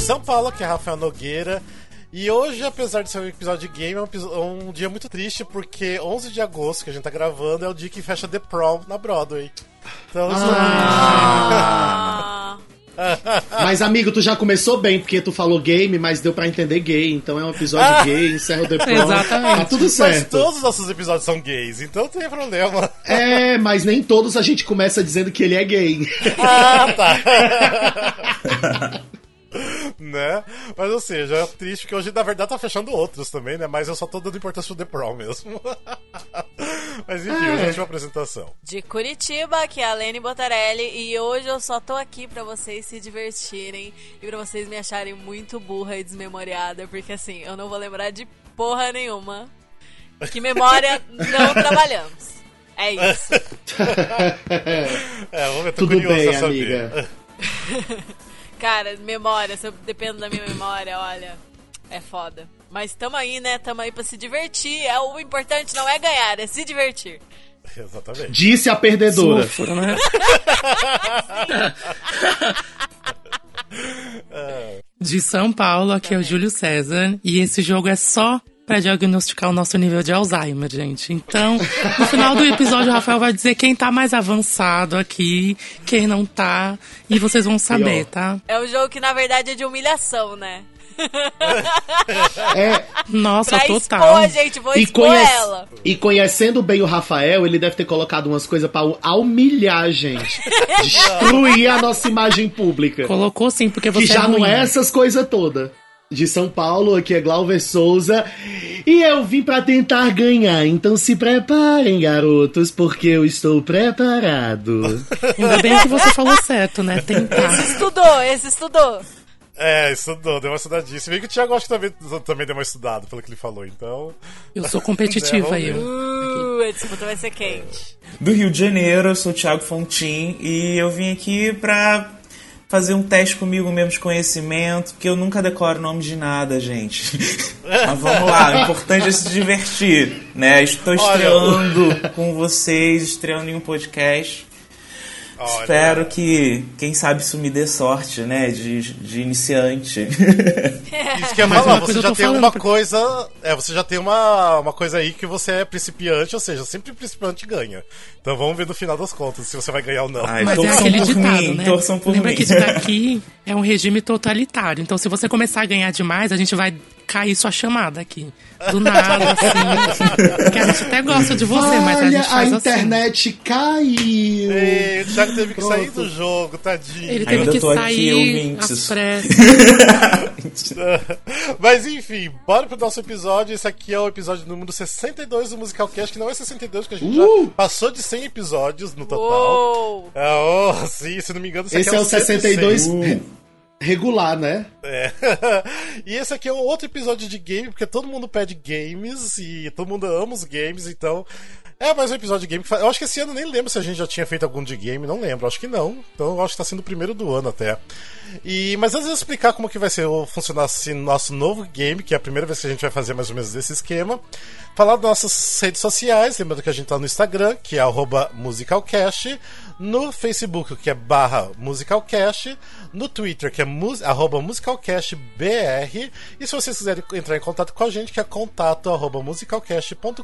São Paulo, que é Rafael Nogueira. E hoje, apesar de ser um episódio de game, é um, episo- é um dia muito triste, porque 11 de agosto, que a gente tá gravando, é o dia que fecha The Prom na Broadway. Então, Ah. Mas, amigo, tu já começou bem, porque tu falou game, mas deu pra entender gay. Então é um episódio gay, encerra o The Prom. Exatamente. Tá tudo assim, mas certo. todos os nossos episódios são gays, então não tem problema. É, mas nem todos a gente começa dizendo que ele é gay. Ah, tá. né? Mas ou seja, é triste porque hoje na verdade tá fechando outros também, né? Mas eu só tô dando importância pro The Prom mesmo. Mas enfim, hoje é a última apresentação. De Curitiba, aqui é a Lene Botarelli e hoje eu só tô aqui pra vocês se divertirem e pra vocês me acharem muito burra e desmemoriada, porque assim, eu não vou lembrar de porra nenhuma. Que memória não trabalhamos. É isso. É, vamos ver, tô tudo curioso bem, pra saber. amiga. Cara, memória, se eu dependo da minha memória, olha, é foda. Mas tamo aí, né? Tamo aí pra se divertir. É, o importante não é ganhar, é se divertir. Exatamente. Disse a perdedora. Sulfuro, né? De São Paulo, aqui é o Júlio César. E esse jogo é só pra diagnosticar o nosso nível de Alzheimer, gente. Então, no final do episódio, o Rafael vai dizer quem tá mais avançado aqui, quem não tá. E vocês vão saber, Pior. tá? É um jogo que na verdade é de humilhação, né? É, Nossa, pra total. expor, gente, vou e, expor conhece- ela. e conhecendo bem o Rafael, ele deve ter colocado umas coisas pra humilhar a gente. Destruir a nossa imagem pública. Colocou sim, porque você que já é não ruim. é essas coisas todas. De São Paulo, aqui é Glauber Souza. E eu vim pra tentar ganhar, então se preparem, garotos, porque eu estou preparado. Ainda bem que você falou certo, né? Tentar. Esse estudou, esse estudou. É, estudou, deu uma estudadinha. Se bem que o Thiago acho que também, também deu uma estudada pelo que ele falou, então. Eu sou competitiva, É, né? vamos eu. Uh, a disputa vai ser quente. do Rio de Janeiro, eu sou o Thiago Fontin e eu vim aqui pra fazer um teste comigo mesmo de conhecimento, porque eu nunca decoro nome de nada, gente. Mas vamos lá, o importante é se divertir, né? Estou Olha, estreando com vocês, estreando em um podcast. Olha. Espero que, quem sabe, isso me dê sorte, né? De, de iniciante. É, Isso que eu ia Mas falar, uma coisa você eu já tô tem falando, uma porque- coisa. É, você já tem uma, uma coisa aí que você é principiante, ou seja, sempre principiante ganha. Então vamos ver no final das contas se você vai ganhar ou não. Ai, Mas é torçam aquele por ditado, mim, né? torçam por Lembra mim. que isso daqui é um regime totalitário. Então, se você começar a ganhar demais, a gente vai cair sua chamada aqui. Do nada, assim. Porque a gente até gosta de você, mas a Olha, gente faz assim. internet caiu. Ei, o Thiago teve que Pronto. sair do jogo, tadinho. Ele teve Ainda que tô aqui, sair ouvintes. às pressas. Mas enfim, bora pro nosso episódio. Esse aqui é o episódio número 62 do Musical Cast, que não é 62, porque a gente Uh! já passou de 100 episódios no total. Uou! É, oh, sim, se não me engano, esse, Esse aqui é o 62 106. regular, né? É. e esse aqui é um outro episódio de game, porque todo mundo pede games e todo mundo ama os games, então. É mais um episódio de game. que fa- Eu acho que esse ano eu nem lembro se a gente já tinha feito algum de game, não lembro, acho que não. Então eu acho que tá sendo o primeiro do ano até. E, mas antes de eu explicar como que vai ser o- funcionar esse nosso novo game, que é a primeira vez que a gente vai fazer mais ou menos desse esquema, falar das nossas redes sociais, lembrando que a gente tá no Instagram, que é arroba musicalcast, no Facebook, que é barra musicalcast, no Twitter, que é mus, arroba musicalcastbr, e se vocês quiserem entrar em contato com a gente, que é contato arroba musicalcast.com.br,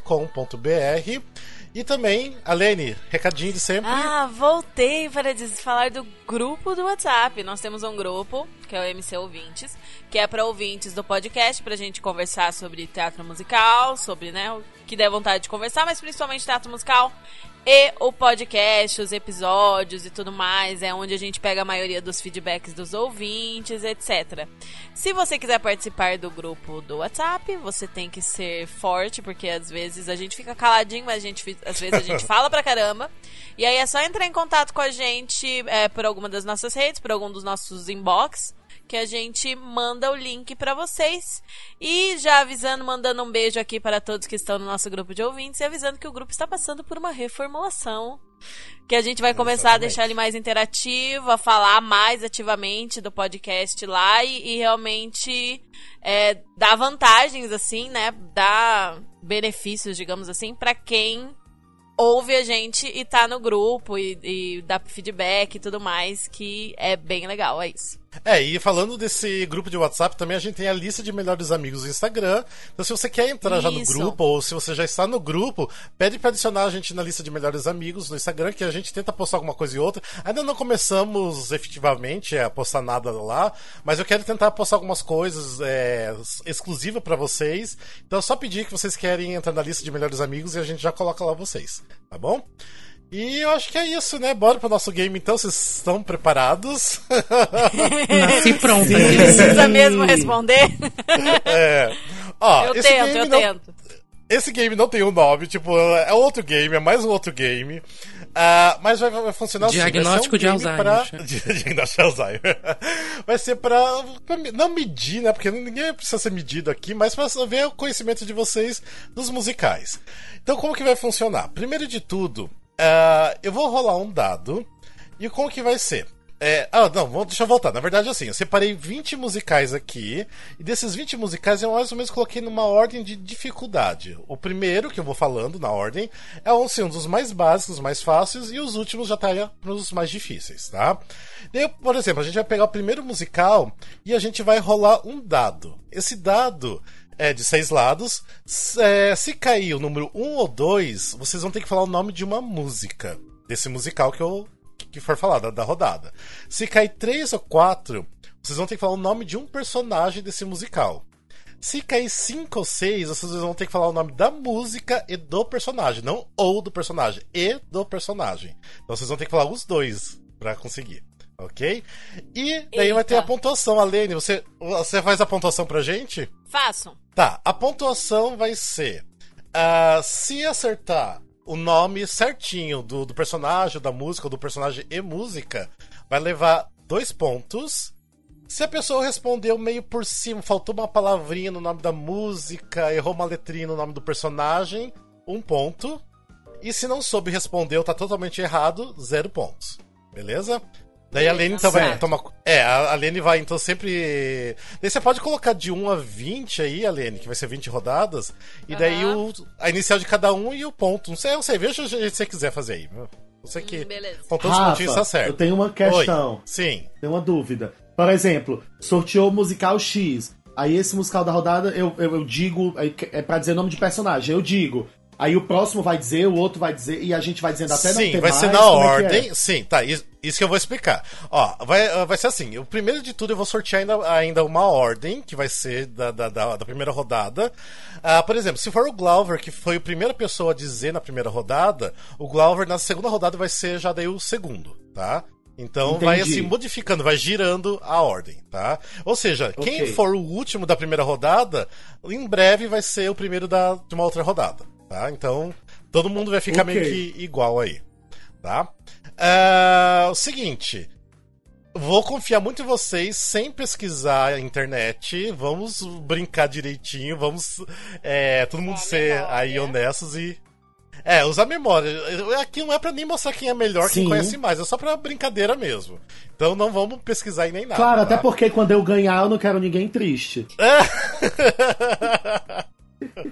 e também, Alene, recadinho de sempre. Ah, voltei para des- falar do grupo do WhatsApp. Nós temos um grupo, que é o MC Ouvintes, que é para ouvintes do podcast, pra gente conversar sobre teatro musical, sobre, né, o que der vontade de conversar, mas principalmente teatro musical e o podcast, os episódios e tudo mais. É onde a gente pega a maioria dos feedbacks dos ouvintes, etc. Se você quiser participar do grupo do WhatsApp, você tem que ser forte, porque às vezes a gente fica caladinho, mas a gente, fi- às vezes a gente fala pra caramba. E aí é só entrar em contato com a gente é, por alguma das nossas redes, por algum dos nossos inbox, que a gente manda o link pra vocês. E já avisando, mandando um beijo aqui para todos que estão no nosso grupo de ouvintes e avisando que o grupo está passando por uma reformulação. Que a gente vai começar a deixar ele mais interativo, a falar mais ativamente do podcast lá e, e realmente é, dar vantagens, assim, né? Dar benefícios, digamos assim, pra quem ouve a gente e tá no grupo e, e dá feedback e tudo mais, que é bem legal, é isso. É, e falando desse grupo de WhatsApp, também a gente tem a lista de melhores amigos do Instagram. Então, se você quer entrar já no Isso. grupo, ou se você já está no grupo, pede para adicionar a gente na lista de melhores amigos no Instagram, que a gente tenta postar alguma coisa e outra. Ainda não começamos efetivamente a postar nada lá, mas eu quero tentar postar algumas coisas é, exclusivas para vocês. Então, é só pedir que vocês querem entrar na lista de melhores amigos e a gente já coloca lá vocês, tá bom? E eu acho que é isso, né? Bora pro nosso game então, vocês estão preparados? Nasci pronta. né? Precisa mesmo responder? É. Ó, eu esse tento, game eu não, tento. Esse game não tem um nome, tipo, é outro game, é mais um outro game. Ah, mas vai, vai funcionar assim. vai ser um Diagnóstico de game pra- Alzheimer. Diagnóstico de Alzheimer. Vai ser pra, pra me- Não medir, né? Porque ninguém precisa ser medido aqui, mas pra ver o conhecimento de vocês dos musicais. Então, como que vai funcionar? Primeiro de tudo, ah, eu vou rolar um dado. E como que vai ser? É, ah, não, vou- deixa eu voltar. Na verdade, assim, eu separei 20 musicais aqui, e desses 20 musicais eu mais ou menos coloquei numa ordem de dificuldade. O primeiro, que eu vou falando na ordem, é um, assim, um dos mais básicos, mais fáceis, e os últimos já tá para os mais difíceis, tá? Daí, por exemplo, a gente vai pegar o primeiro musical e a gente vai rolar um dado. Esse dado é de seis lados. Se, é, se cair o número um ou dois, vocês vão ter que falar o nome de uma música desse musical que eu que for falar da, da rodada. Se cair três ou quatro, vocês vão ter que falar o nome de um personagem desse musical. Se cair cinco ou seis, vocês vão ter que falar o nome da música e do personagem. Não ou do personagem, e do personagem. Então vocês vão ter que falar os dois pra conseguir. Ok? E daí vai ter a Eita. pontuação. Alene, você, você faz a pontuação pra gente? Faço. Tá, a pontuação vai ser. ah, se acertar o nome certinho do, do personagem, da música, ou do personagem e música, vai levar dois pontos. Se a pessoa respondeu meio por cima, faltou uma palavrinha no nome da música, errou uma letrinha no nome do personagem, um ponto. E se não soube responder ou tá totalmente errado, zero pontos. Beleza? Daí a Lene então vai Certo. tomar. É, a a Lene vai então sempre. Daí você pode colocar de 1 a 20 aí, Alene, que vai ser 20 rodadas. E daí Aham. o... a inicial de cada um e o ponto. Não sei, eu sei, veja o jeito que você quiser fazer aí. viu? Você que. Hum, beleza. Com todos os Rafa, pontinhos tá certo. Eu tenho uma questão, Oi. Sim. tenho uma dúvida. Por exemplo, sorteou o musical X. Aí esse musical da rodada, eu, eu, eu digo, aí que- é pra dizer nome de personagem, eu digo. Aí o próximo vai dizer, o outro vai dizer, e a gente vai dizendo até não Sim, ter vai mais, ser na como é que é? ordem. Sim, tá. Isso, isso que eu vou explicar. Ó, vai, ah, vai ser assim. O primeiro de tudo eu vou sortear ainda, ainda uma ordem, que vai ser da, da, da, da primeira rodada. Ah, por exemplo, se for o Glauber, que foi a primeira pessoa a dizer na primeira rodada, o Glauber na segunda rodada vai ser já daí o segundo, tá? Então vai Entendi. assim modificando, vai girando a ordem, tá? Ou seja, quem Ok. for o último da primeira rodada, em breve vai ser o primeiro da, de uma outra rodada, tá? Então todo mundo vai ficar meio Ok. que igual aí tá? Ah, o seguinte. Vou confiar muito em vocês sem pesquisar a internet. Vamos brincar direitinho. Vamos é, todo mundo Usar a ser aí memória. honestos e. É, usar a memória. Aqui não é pra nem mostrar quem é melhor, quem Sim. conhece mais. É só pra brincadeira mesmo. Então não vamos pesquisar e nem nada. é? Claro, até tá? porque quando eu ganhar, eu não quero ninguém triste.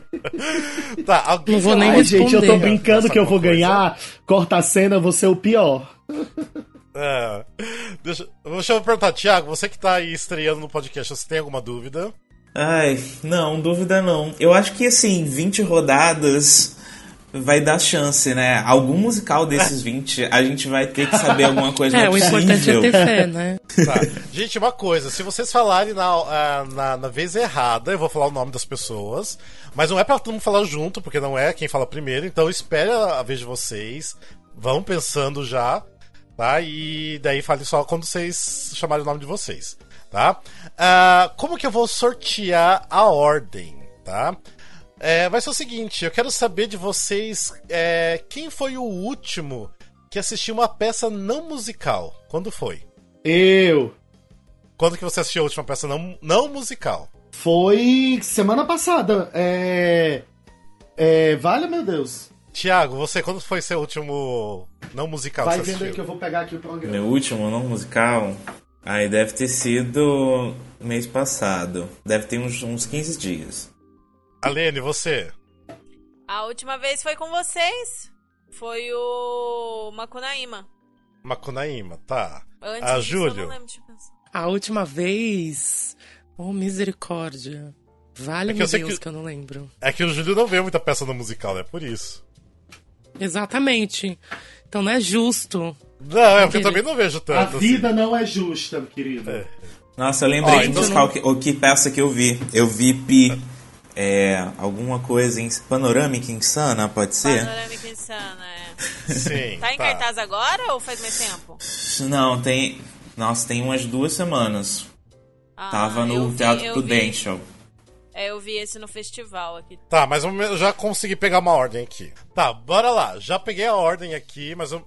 tá, alguém Não vou quer nem falar Ai, gente, eu tô responder. brincando que eu vou alguma coisa? ganhar, corta a cena, você é o pior. É. Deixa, deixa eu perguntar, Thiago, você que tá aí estreando no podcast, você tem alguma dúvida? Ai, não, dúvida não. Eu acho que assim, 20 rodadas vai dar chance, né? Algum musical desses 20, a gente vai ter que saber alguma coisa É, não o importante é possível. ter fé, né? Tá. Gente, uma coisa, se vocês falarem na, ah, na, na vez errada, eu vou falar o nome das pessoas, mas não é pra todo mundo falar junto, porque não é quem fala primeiro, então espere a vez de vocês, vão pensando já, tá? E daí fale só quando vocês chamarem o nome de vocês, tá? Ah, como que eu vou sortear a ordem, tá? É, vai ser o seguinte, eu quero saber de vocês é, quem foi o último que assistiu uma peça não musical. Quando foi? Eu. Quando que você assistiu a última peça não, não musical? Foi semana passada. É. É. Vale, meu Deus. Tiago, você, quando foi seu último não musical Vai que você vendo aí que assistiu? eu vou pegar aqui o programa. Meu último não musical, aí deve ter sido mês passado. Deve ter uns, uns 15 dias. Alene, você? A última vez foi com vocês. Foi o Macunaíma. Macunaíma, tá. Antes Ah, disso, eu Júlio. não lembro de pensar. A última vez. Oh, misericórdia. Vale, É que meu eu sei Deus, que- que eu não lembro. É que o Júlio não vê muita peça no musical, né? Por isso. Exatamente. Então não é justo. Não, é porque eu Entendi. também não vejo A tanto. assim. vida não é justa, querido. É. Nossa, eu lembrei Ó, de um então- musical que, o que peça que eu vi. Eu vi Pi. É, alguma coisa em panorâmica insana, pode ser? Panorâmica Insana, é. Sim. Tá em cartaz agora ou faz mais tempo? Não, tem. Nossa, tem umas duas semanas. Ah, Tava eu no vi, Teatro eu Prudential. vi. É, eu vi esse no festival aqui. Tá, mas eu me- já consegui pegar uma ordem aqui. Tá, bora lá. Já peguei a ordem aqui, mas eu.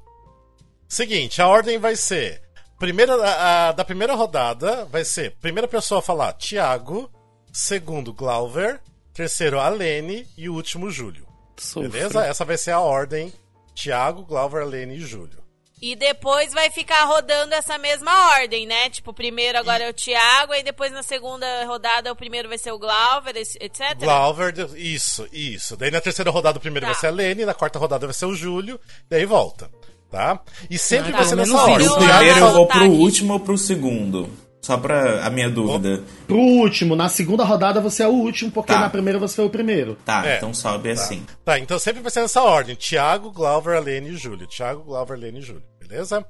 Seguinte, a ordem vai ser. Primeira, a- a- da primeira rodada vai ser: primeira pessoa a falar Tiago, segundo Glauver, terceiro Alene e o último Júlio. Sofro. Beleza? Essa vai ser a ordem: Tiago, Glauver, Alene e Júlio. E depois vai ficar rodando essa mesma ordem, né? Tipo, primeiro agora é o Thiago, aí depois na segunda rodada o primeiro vai ser o Glauber, esse- etc. Glauver, de- isso, isso. Daí na terceira rodada, o primeiro Tá. vai ser a Lene, na quarta rodada vai ser o Júlio, daí volta. Tá? E sempre Ah, vai tá, ser menos nessa isso. ordem. Do Eu primeiro acho eu vou que tá pro aqui. último ou pro segundo? Só pra a minha dúvida. Pro último, na segunda rodada você é o último, porque Tá. na primeira você foi o primeiro. Tá, É. então sobe assim. Tá, então sempre vai ser nessa ordem: Thiago, Glauber, Alene e Júlio. Thiago, Glauber, Alene e Júlio, beleza?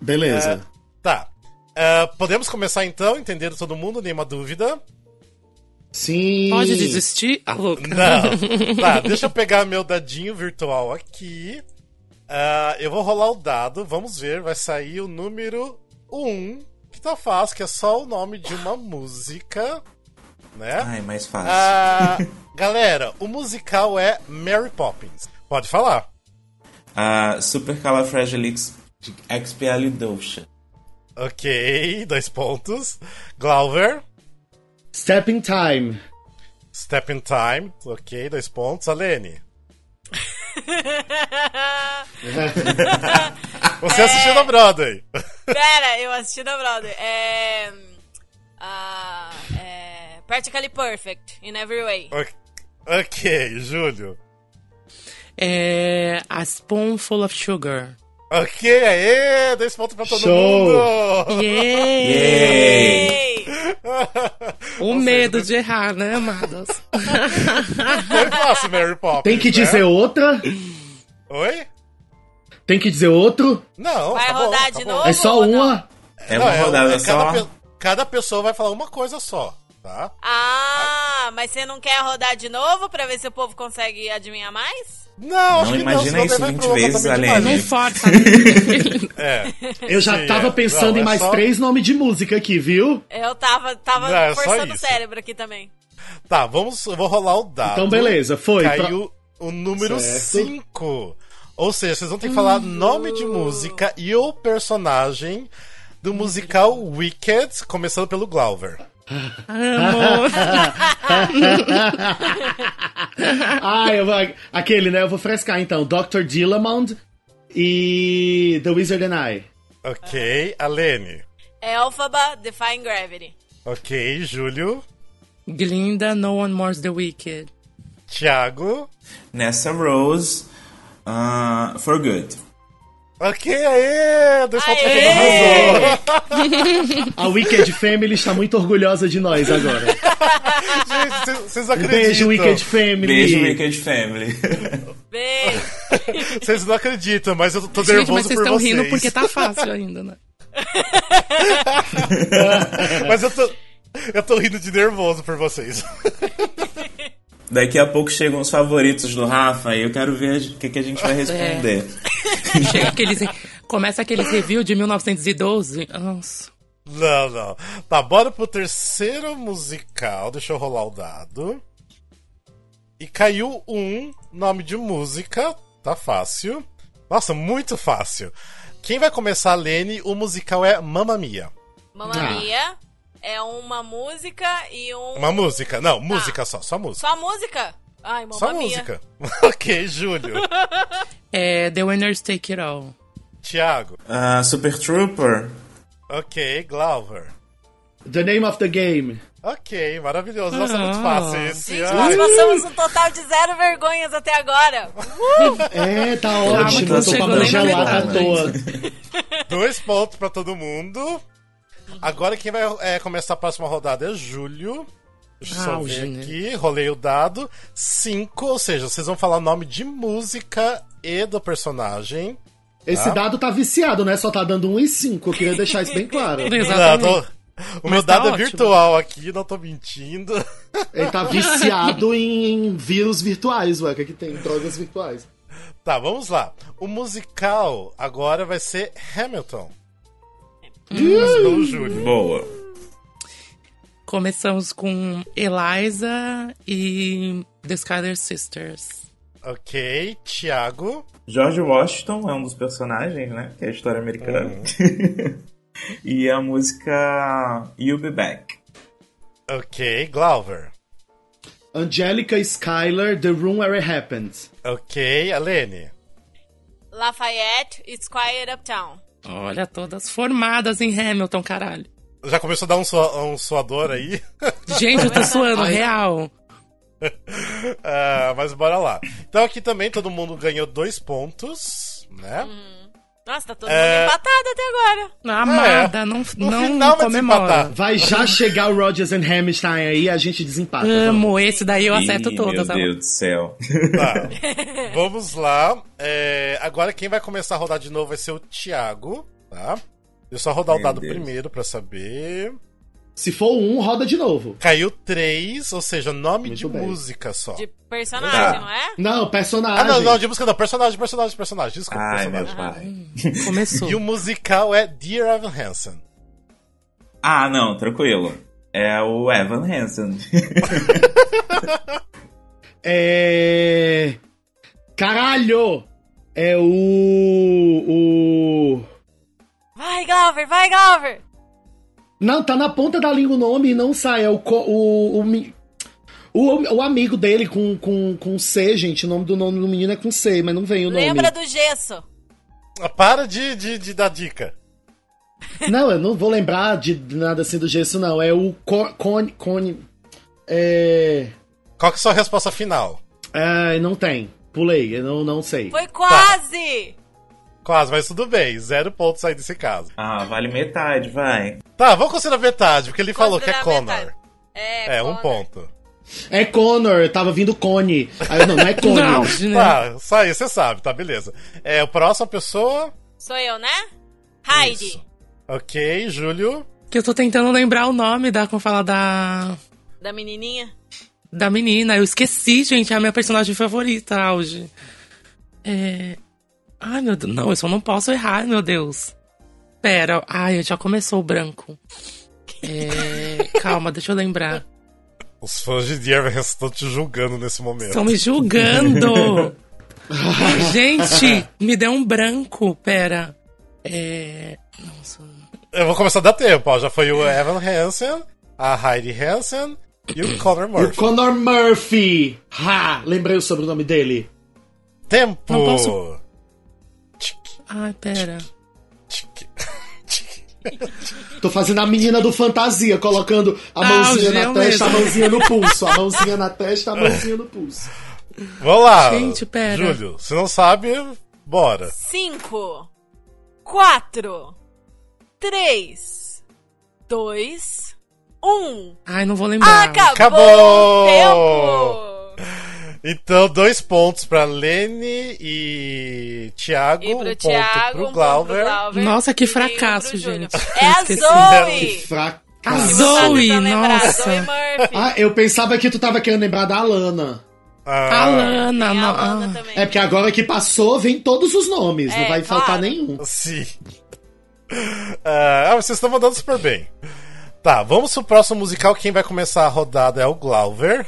Beleza. Tá. Ah, podemos começar então? Entenderam todo mundo? Nenhuma dúvida? Sim. Pode desistir? A louca. Ah, Não. tá, deixa eu pegar meu dadinho virtual aqui. Ah, eu vou rolar o dado, vamos ver, vai sair o número 1, que tá fácil, que é só o nome de uma música, né? Ai, mais fácil. Ah, galera, o musical é Mary Poppins. Pode falar. Ah, Super Calafragelix Expialidocious. Ok, dois pontos. Glauber, Step in Time. Step in Time. Ok, dois pontos. Alene, É. você assistiu na Broadway. Pera, eu assisti na Brother. É. ah, é. Practically Perfect, in every way. Ok, ok, Júlio. É. A Spoonful of Sugar. Ok, aê! Dois pontos pra todo Show. mundo! Yeah! Ei! Ei! O medo de errar, né, amadas? Foi fácil, Mary Poppins. Tem que né? dizer outra? Oi? Tem que dizer outro? Não, Vai acabou, rodar de acabou. novo? É só ou não? uma? É Não, uma rodada é só. cada, pe- cada pessoa vai falar uma coisa só, tá? Ah, mas você não quer rodar de novo pra ver se o povo consegue adivinhar mais? Não, acho Não, que não. imagina senão isso vai 20 pro vezes, completamente Alene. demais. Não força. amiga. É. Eu já Sim, é. tava pensando Não, em é mais só- três nomes de música aqui, viu? Eu tava, tava Não, é só forçando o isso. cérebro aqui também. Tá, vamos. Eu vou rolar o dado. Então, beleza, foi. Ah, Caiu o número Certo. 5. Ou seja, vocês vão ter que Hum. falar nome de música e o personagem do musical Wicked, começando pelo Glauber. Amo. Ah, eu vou... aquele, né? Eu vou frescar então. Dr. Dillamond e The Wizard and I. Ok, Alene. É Elphaba, Defying Gravity. Ok, Júlio. Glinda, No One More's the Wicked. Thiago. Nessa Rose. ah, for Good. Ok, aê! Dois pontos pra todo mundo. Aê! A Wicked Family está muito orgulhosa de nós agora. Gente, vocês- vocês acreditam? Beijo, Wicked Family. Beijo, Wicked Family. Beijo. Vocês não acreditam, mas eu tô Gente, mas nervoso vocês por estão vocês. rindo porque tá fácil ainda, né? tá- Mas eu tô... Eu tô rindo de nervoso por vocês. Daqui a pouco chegam os favoritos do Rafa e eu quero ver o que, que a gente vai responder. Chega aqueles, começa aqueles review de 1912. Nossa. Não, não. Tá, bora pro terceiro musical. Deixa eu rolar o dado. E caiu um nome de música. Tá fácil. Nossa, muito fácil. Quem vai começar, Lene, o musical é Mamma Mia. Mamma Mia é uma música e um. Uma música. Não, música só. Só música. Só música? Ai, Mamma Só Mia. música. ok, Júlio. É, The Winners Take It All. Thiago. Ah, Super Trooper. Ok, Glauber. The Name of the Game. Ok, maravilhoso. Nossa, Ah. muito fácil esse. Gente, Ai, nós passamos um total de zero vergonhas até agora. É, tá mas ótimo. não Eu tô com a chegou mão nem na gelada à metade. toa. dois pontos pra todo mundo. Agora quem vai é, começar a próxima rodada é Júlio. Deixa eu só Ah, o ver Júnior. aqui, rolei o dado. Cinco, ou seja, vocês vão falar o nome de música e do personagem. Esse dado tá viciado, né? Só tá dando 1 e 5. Eu queria deixar isso bem claro. Exatamente. Não, eu tô- O meu tá dado é ótimo. virtual aqui, não tô mentindo. Ele tá viciado em vírus virtuais, ué. O que, é que tem? Drogas virtuais. Tá, vamos lá. O musical agora vai ser Hamilton. Não, Júlio. Boa. Começamos com Eliza e The Skyler Sisters. Ok, Thiago. George Washington é um dos personagens, né? Que é a história americana. e a música You'll Be Back. Ok, Glauber. Angelica Skyler, The Room Where It Happened. Ok, Alene. Lafayette, It's Quiet Uptown. Olha, todas formadas em Hamilton, caralho. Já começou a dar um, sua, um suador aí. Gente, eu tô suando, real. Ah, mas bora lá. Então aqui também todo mundo ganhou dois pontos, né? Nossa, tá todo É. mundo empatado até agora. Amada, não, No não final vai comemora. desempatar. Vai já chegar o Rodgers and Hammerstein aí e a gente desempata. vamos. Amo, esse daí eu acerto Ih, todas. Meu amor. Deus do céu. Tá. Vamos lá. É, agora quem vai começar a rodar de novo vai ser o Thiago, tá? Deixa eu só rodar o Meu dado Deus. primeiro pra saber. Se for um, roda de novo. Caiu três, ou seja, nome Muito de bem. música só. De personagem, Tá. não é? Não, personagem. Ah, não, não, de música não. Personagem, personagem, personagem. Desculpa, Ai, meu personagem. pai. Começou. E o musical é Dear Evan Hansen. Ah, não, tranquilo. É o Evan Hansen. É. Caralho! É o. O. Vai, Glauber, vai, Glauber! Não, tá na ponta da língua o nome e não sai. É o. co- O, o, mi- o, o amigo dele com, com, com C, gente. O nome do nome do menino é com C, mas não vem o nome. Lembra do gesso. Ah, Para de, de, de dar dica. Não, eu não vou lembrar de nada assim do gesso, não. É o co- Cone. Cone. É. Qual que é a sua resposta final? é não tem. Pulei, eu não, não sei. Tá. Foi quase! Quase, mas tudo bem. Zero pontos aí desse caso. Ah, vale metade, vai. Tá, vamos considerar metade, porque ele falou que é Considerar Connor. metade. É, É, um Connor. ponto. É Connor, tava vindo Cone. Aí eu, não, não é um Cone. Não, de novo. Tá, isso aí você sabe, tá, beleza. É, o próximo pessoa. Sou eu, né? Heidi. Isso. Ok, Júlio. Que eu tô tentando lembrar o nome da como fala da Da menininha. da menina. Eu esqueci, gente, é a minha personagem favorita, Auge. É... Ai, meu Deus. Não, eu só não posso errar, meu Deus. Pera, ai, já começou o branco. É... Calma, deixa eu lembrar. Os fãs de Dear Evan Hansen estão te julgando nesse momento. Estão me julgando. gente, me deu um branco. Pera. É... Nossa. Eu vou começar a dar tempo, ó. Já foi o Evan Hansen, a Heidi Hansen e o Connor O Murphy. Connor Murphy! Ha! Lembrei o sobrenome dele. Tempo! Não posso- Ai, pera. Tic, tic. Tô fazendo a menina do fantasia, colocando a Ah, mãozinha o na Gil testa, a mesmo. É. mãozinha no pulso. A mãozinha na testa, a mãozinha no pulso. Vamos lá! Gente, pera. Júlio, se não sabe, bora. Cinco. Quatro. Três. Dois. Um. Ai, não vou Ah, lembrar. Acabou, Acabou! o tempo! Então, dois pontos pra Lene e Thiago. E pro um ponto Thiago, pro um ponto pro Glauber. Glauber. Nossa, que e meio fracasso, pro Júnior. gente. É a Esqueci. Que Zoe! A fracasso. Zoe, Zoe, nossa. Zoe Murphy. Ah, eu pensava que tu tava querendo lembrar da Alana. Ah, Alana, e a não. Amanda ah. também. É porque agora que passou, vem todos os nomes. não É, vai faltar claro. nenhum. Sim. Ah, vocês estão mandando super bem. Tá, vamos pro próximo musical. Quem vai começar a rodada é o Glauber.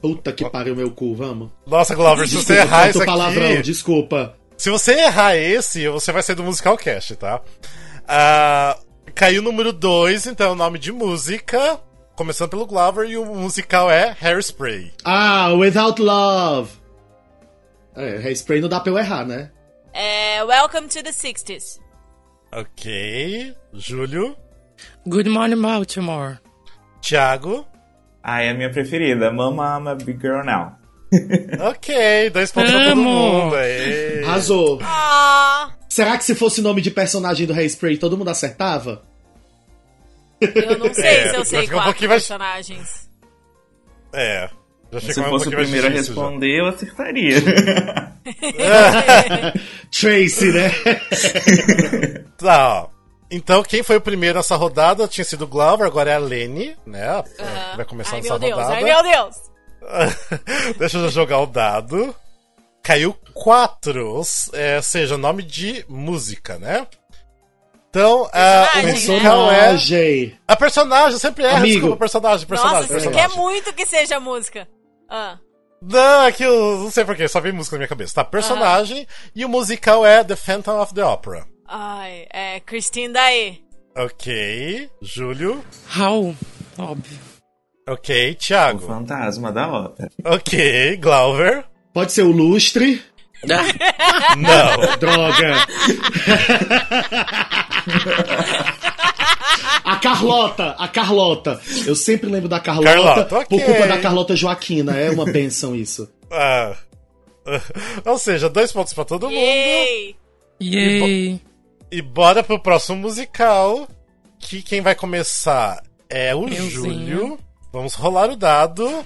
Puta que pariu meu cu, vamos. Nossa, Glauber, se você Desculpa, errar tanto isso palavrão, aqui. desculpa. Se você errar esse, você vai sair do musical cast, tá? Ah, caiu o número 2, então é o nome de música. Começando pelo Glauber, e o musical é Hairspray. Ah, Without Love. É, Hairspray não dá pra eu errar, né? É, Welcome to the 60s. Ok. Júlio. Good Morning Baltimore. Thiago. Ah, é a minha preferida. Mama, I'm a Big Girl Now. Ok, dois pontos pra todo Amo. mundo. aê. Arrasou. Ah, Será que se fosse nome de personagem do Hairspray, todo mundo acertava? Eu não sei É, se eu vai sei ficar um quatro pouquinho mais- personagens. É. Já Se chegou eu fosse o primeiro a responder, eu acertaria. Tracy, né? Tá. Então, quem foi o primeiro nessa rodada tinha sido o Glauber, agora é a Lene, né? A- Aham. Vai começar ai, nessa meu Deus, rodada. ai meu Deus! Deixa eu já jogar o dado. Caiu quatro, ou s- é, ou seja, nome de música, né? Então, ah, o Personagem, né? musical é. Personagem. A personagem, sempre erra, Amigo. desculpa, personagem, personagem. Nossa, você personagem. quer muito que seja música. Ah, Não, é que eu não sei porquê, só vem música na minha cabeça. Tá, personagem, e o musical é The Phantom of the Opera. ai, é Christine Daê. Ok, Júlio. Raul, óbvio. Ok, o Thiago. fantasma da ópera. Ok, Glauber. Pode ser o Lustre. Não. Droga. A Carlota, a Carlota. Eu sempre lembro da Carlota, Carlota, ok. por culpa da Carlota Joaquina. É uma benção isso. Ah. Ou seja, dois pontos pra todo mundo. Yay! Yay. E bora pro próximo musical. Que quem vai começar é o Euzinho. Júlio. Vamos rolar o dado.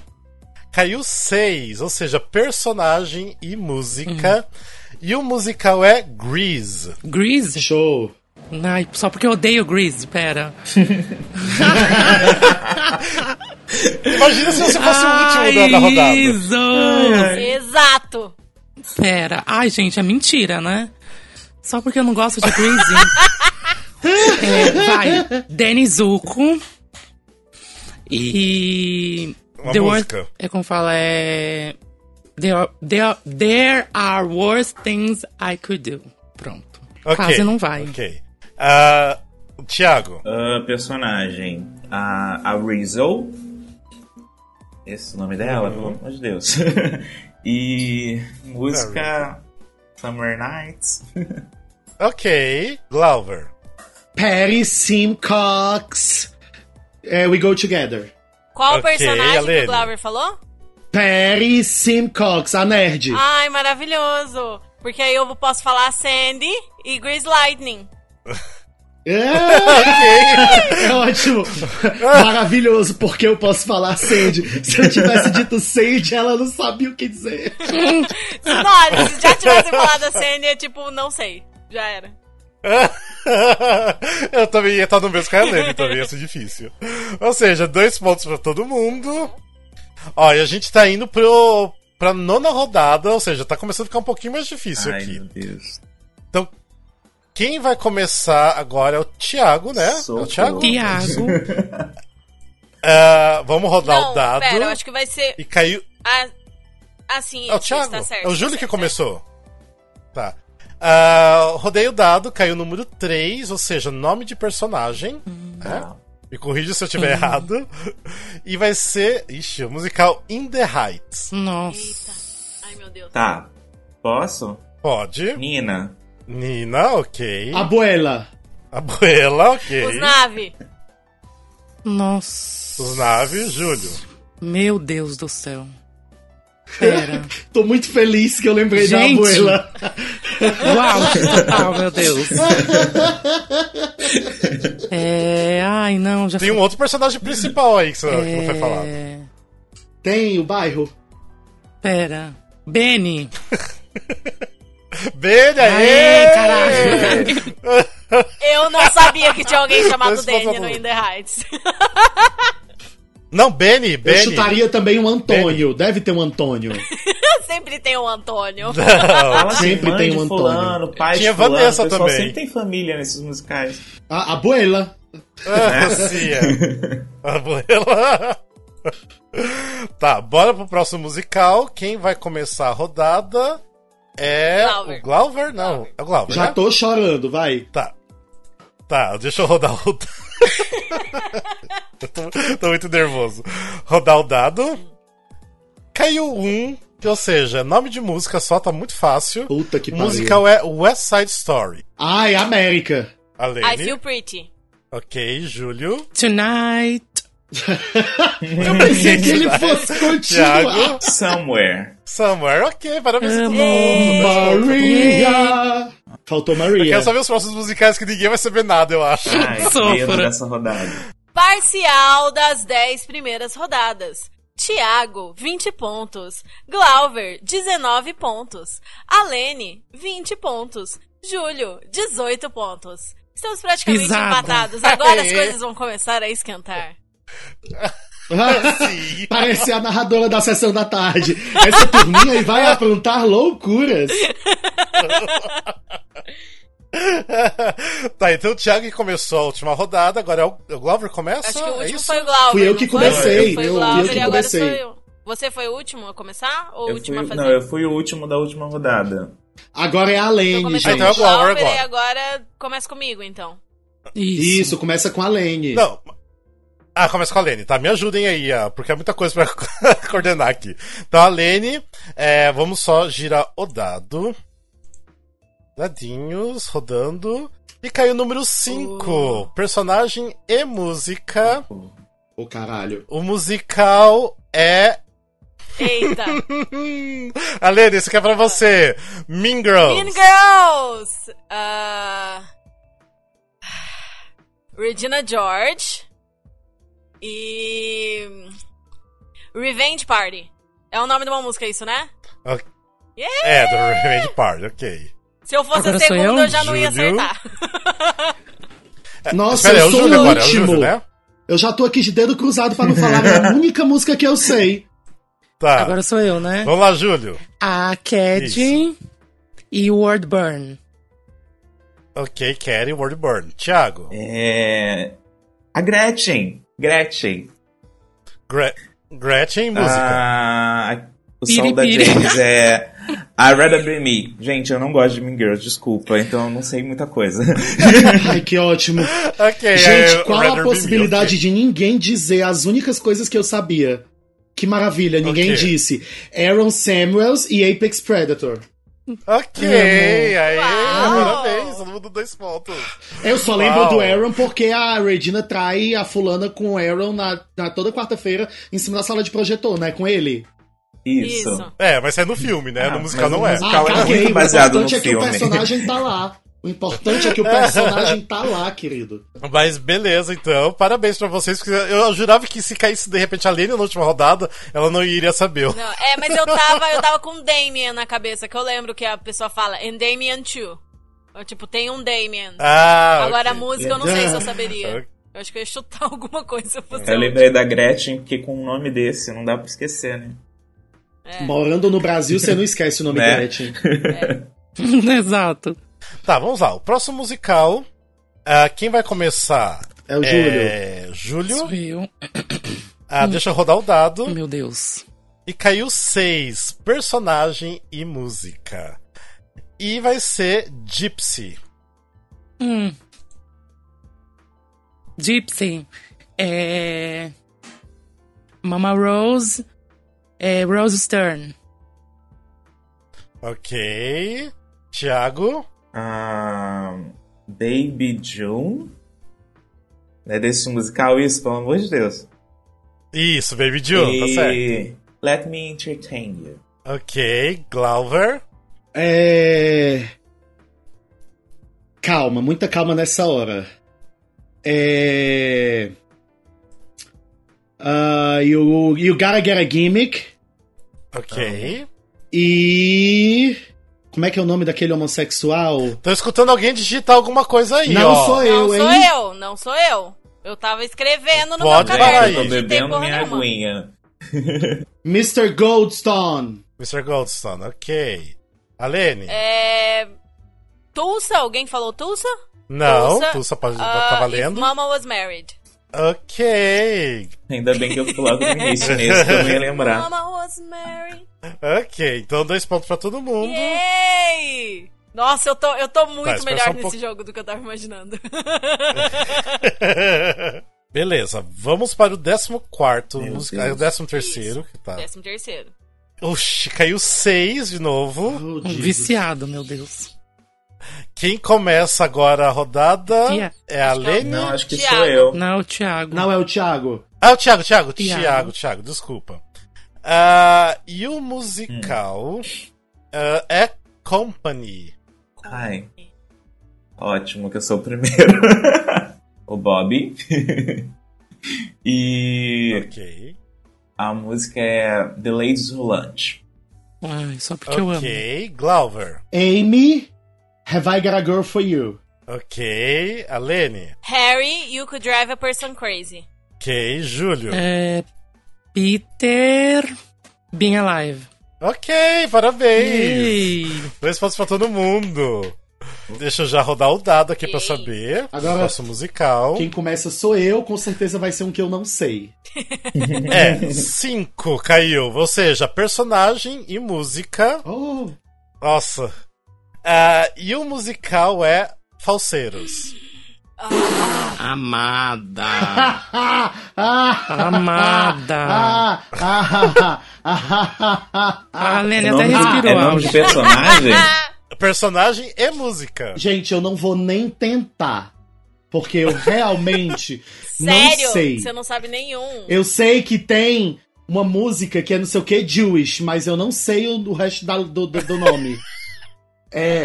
Caiu seis, ou seja, personagem e música. E o musical é Grease. Grease? Show. Ai, só porque eu odeio Grease, pera. Imagina se você fosse o último da, da Ai, rodada. Iso! Exato! Pera. Ai, gente, é mentira, né? Só porque eu não gosto de Grease. É, vai. Danny Zuko. E. Uma The Wor- música. é como fala, é. There are, there, are- there are worse things I could do. Pronto. Ok, Quase não vai. Ok. Ah, Tiago. Ah, personagem. A, a Rizzo. Esse é o nome dela, pelo amor de Deus. e música. Summer Nights. Ok. Glauber. Patty Simcox. É, we go together. Qual Ok, personagem que Alene. o Glauber falou? Patty Simcox, a nerd. Ai, maravilhoso! Porque aí eu posso falar Sandy e Grease Lightning. É, é ótimo. Maravilhoso, porque eu posso falar Sandy. Se eu tivesse dito Sandy, ela não sabia o que dizer. Nossa, se já tivessem falado a Sandy, é tipo, não sei. Já era. Eu também ia estar no mesmo que a Helene, também ia ser difícil. Ou seja, dois pontos pra todo mundo. Ó, e a gente tá indo pro, pra nona rodada, ou seja, tá começando a ficar um pouquinho mais difícil Ai, aqui. meu Deus. Então, quem vai começar agora é o Thiago, né? É o Socorro. Thiago. Tiago. Ah, vamos rodar não, o dado. pera, eu acho que vai ser... E caiu. a- Assim, É o isso, Thiago. tá certo. é o tá Júlio que certo, começou. Tá. Ah, rodei o dado, caiu o número 3, ou seja, nome de personagem. Hum, né? Me corrija se eu estiver errado. E vai ser. Ixi, o musical In the Heights. Nossa. certo. Ai, meu Deus. Tá. Posso? Pode. Nina. Nina, ok. Abuela. Abuela, ok. Os nave. Nossa. Os naves, Júlio. Meu Deus do céu. Pera. Tô muito feliz que eu lembrei Gente. da abuela. Uau, total, meu Deus. É. Ai, não, já Tem um sei. outro personagem principal aí que você que não foi falado. É, Tem o bairro. Pera. Benny. Bem, Aê, aê! caralho. Eu não sabia que tinha alguém chamado Dois pontos Danny a no favor. In The Heights. Não, Benny, Eu Benny. chutaria também o Antônio. Deve ter um Antônio. Sempre tem o Antônio. Fala assim, Sempre mãe tem de um Antônio. fulano, pai Tinha de fulano. Vanessa o pessoal também. sempre tem família nesses musicais. A abuela. Né? Ah, sim, é. Abuela. Tá, bora pro próximo musical. Quem vai começar a rodada é Glauber. o Glauber? Não, é o Glauber. Já né? tô chorando, vai. Tá. Tá, deixa eu rodar o dado. Eu tô, tô muito nervoso. Rodar o dado. Caiu um, ou seja, nome de música só, tá muito fácil. Puta que O pariu. musical é West Side Story. Ai, América. I Alene. feel pretty. Ok, Júlio. Tonight. Eu pensei que ele fosse continuar. Thiago. Somewhere. Somewhere, ok, parabéns a todo mundo. Maria. Faltou Eu Maria. quero saber os próximos musicais que ninguém vai saber nada, eu acho. Ai, Sofra. medo dessa rodada. Parcial das 10 primeiras rodadas. Tiago, 20 pontos. Glauber, 19 pontos. Alene, 20 pontos. Júlio, 18 pontos. Estamos praticamente Pisada. empatados. Agora as Aê. coisas vão começar a esquentar. Sim. Ah, Parece a narradora da sessão da tarde. Essa turminha aí vai aprontar loucuras. tá, então o Thiago que começou a última rodada, agora é o, o Glover começa? Acho que o é último isso? foi o Glauber. Fui eu não que foi? comecei, Foi o eu- eu Glauber que e agora sou comecei. eu. Você foi o último a começar? Ou o Eu último fui, a fazer? não, eu fui o último da última rodada. Agora é a Então Lene, começou Ah, gente. então é com o Glauber agora. e agora começa comigo, então. Isso. Isso, começa com a Lene. Não. Ah, começa com a Lene, tá? Me ajudem aí, ah, porque é muita coisa pra co- coordenar aqui. Então a Lene, é, vamos só girar o dado. Dadinhos, rodando. E caiu o número 5. Personagem e música. Ô, caralho. O musical é. Eita. a Lene, isso aqui é pra você. Mean Girls. Mean Girls! Ah, Regina George e. Revenge Party. É o nome de uma música, isso, né? Ok. É, do Revenge Party, ok. Se eu fosse a Agora sou segunda, eu, eu, já não ia Júlio. acertar. Nossa, Espera aí, é eu o sou Júlio o agora, é o último. Júlio, né? Eu já tô aqui de dedo cruzado pra não falar é a única música que eu sei. Tá. Agora sou eu, né? Vamos lá, Júlio. A Cad e o Word Burn. Ok, Kerry Wordburn. Thiago. É. A Gretchen. Gretchen. Gre- Gretchen, música. Ah, o sol da Piripiri. James é. I Rather Be Me. Gente, eu não gosto de Mean Girls, desculpa. Então eu não sei muita coisa. Ai, que ótimo. Ok, Gente, é, qual Rather Be a Me, possibilidade ok. de ninguém dizer as únicas coisas que eu sabia? Que maravilha, ninguém Ok. disse. Aaron Samuels e Apex Predator. Ok, aí, Uau. parabéns, todo mundo dois pontos. Eu só lembro Uau. do Aaron porque a Regina trai a fulana com o Aaron na, na toda quarta-feira em cima da sala de projetor, né? Com ele. Isso. Isso. É, mas é no filme, né? Ah, no musical mas não no é. musical- Calma, era muito baseado O importante no é que o filme. personagem tá lá. O importante é que o personagem tá lá, querido. Mas beleza, então, parabéns pra vocês. porque Eu jurava que se caísse de repente a Lene na última rodada, ela não iria saber. Não, é, mas eu tava, eu tava com um Damien na cabeça, que eu lembro que a pessoa fala, and Damien too. Eu, tipo, tem um Damien. Ah, Agora a ok. música eu não sei se eu Ok. saberia. Eu acho que eu ia chutar alguma coisa se eu fosse um Eu lembrei da Gretchen, porque com um nome desse não dá pra esquecer, né? É. Morando no Brasil, você não esquece o nome Né? Gretchen. Exato. Tá, vamos lá. O próximo musical. ah, quem vai começar? É o É, Sou Júlio. eu. Ah, deixa eu rodar o dado. Meu Deus. E caiu seis personagem e música. E vai ser Gypsy. Hum. Gypsy. É... Mama Rose. É Rose Stern. Ok. Thiago. Ah, Baby June. É desse musical isso, pelo amor de Deus. Isso, Baby June, tá E certo. Let Me Entertain You. Ok, Glauber. É. Calma, muita calma nessa hora. É. Ah, you, you Gotta Get a Gimmick. Ah. Ok. E. Como é que é o nome daquele homossexual? Tô escutando alguém digitar alguma coisa aí, não ó. sou Não eu, sou hein? eu, não sou eu. Eu tava escrevendo no Pode meu falar caderno. aí. Eu não tem tô bebendo porra minha nenhuma. aguinha. Mr. Goldstone. Mr. Goldstone, ok. Alene? É. Tulsa? Alguém falou Tulsa? não, Tulsa, Tulsa pode, Ah, tá If valendo. Mama Was Married. Ok. Ainda bem que eu fui logo no início mesmo, que eu não ia lembrar. Mama Was Married. Ok, então dois pontos pra todo mundo. Yay! Nossa, eu tô, eu Tá, tô muito espera só melhor um nesse pouco. jogo do que eu tava imaginando. Beleza, vamos para o 14, Meu música, Deus. é, o 13 terceiro, que tá. Décimo terceiro. Oxi, caiu 6 de novo. Oh, Um Jesus. viciado, meu Deus. Quem começa agora a rodada Tia. é a que é o- Lene. Não, acho que Thiago. sou eu. Não, Thiago. Não é o Thiago. Ah, o Thiago, Thiago, Thiago, Thiago. Thiago, desculpa. Ah, e o Hum. musical ah, é Company. Ai. Ótimo que eu sou o primeiro. o Bob. E Ok. a música é The Ladies Who Lunch. Ai, só porque eu amo. Ok. Glauber. Amy, Have I Got a Girl for You? Ok. Alene. Harry, You Could Drive a Person Crazy. Ok. Júlio. É, Peter Being Alive. Ok, parabéns. Ei. Dois pontos pra todo mundo. Deixa eu já rodar o dado aqui pra Yay. saber. Agora- Nosso musical. Quem começa sou eu, com certeza vai ser um que eu não sei. É, cinco caiu. Ou seja, personagem e música. Oh, Nossa. Ah, e o musical é Falseiros. Amada. Amada. né? Ah, ah, ah, ah, ah, ah. A Lene É até nome de- respirou. é nome Alge. de personagem? Personagem e música. Gente, eu não vou nem tentar. Porque eu realmente não Sério? sei. Você não sabe nenhum. Eu sei que tem uma música que é não sei o que, Jewish, mas eu não sei o, o resto da- do, do- do nome. É,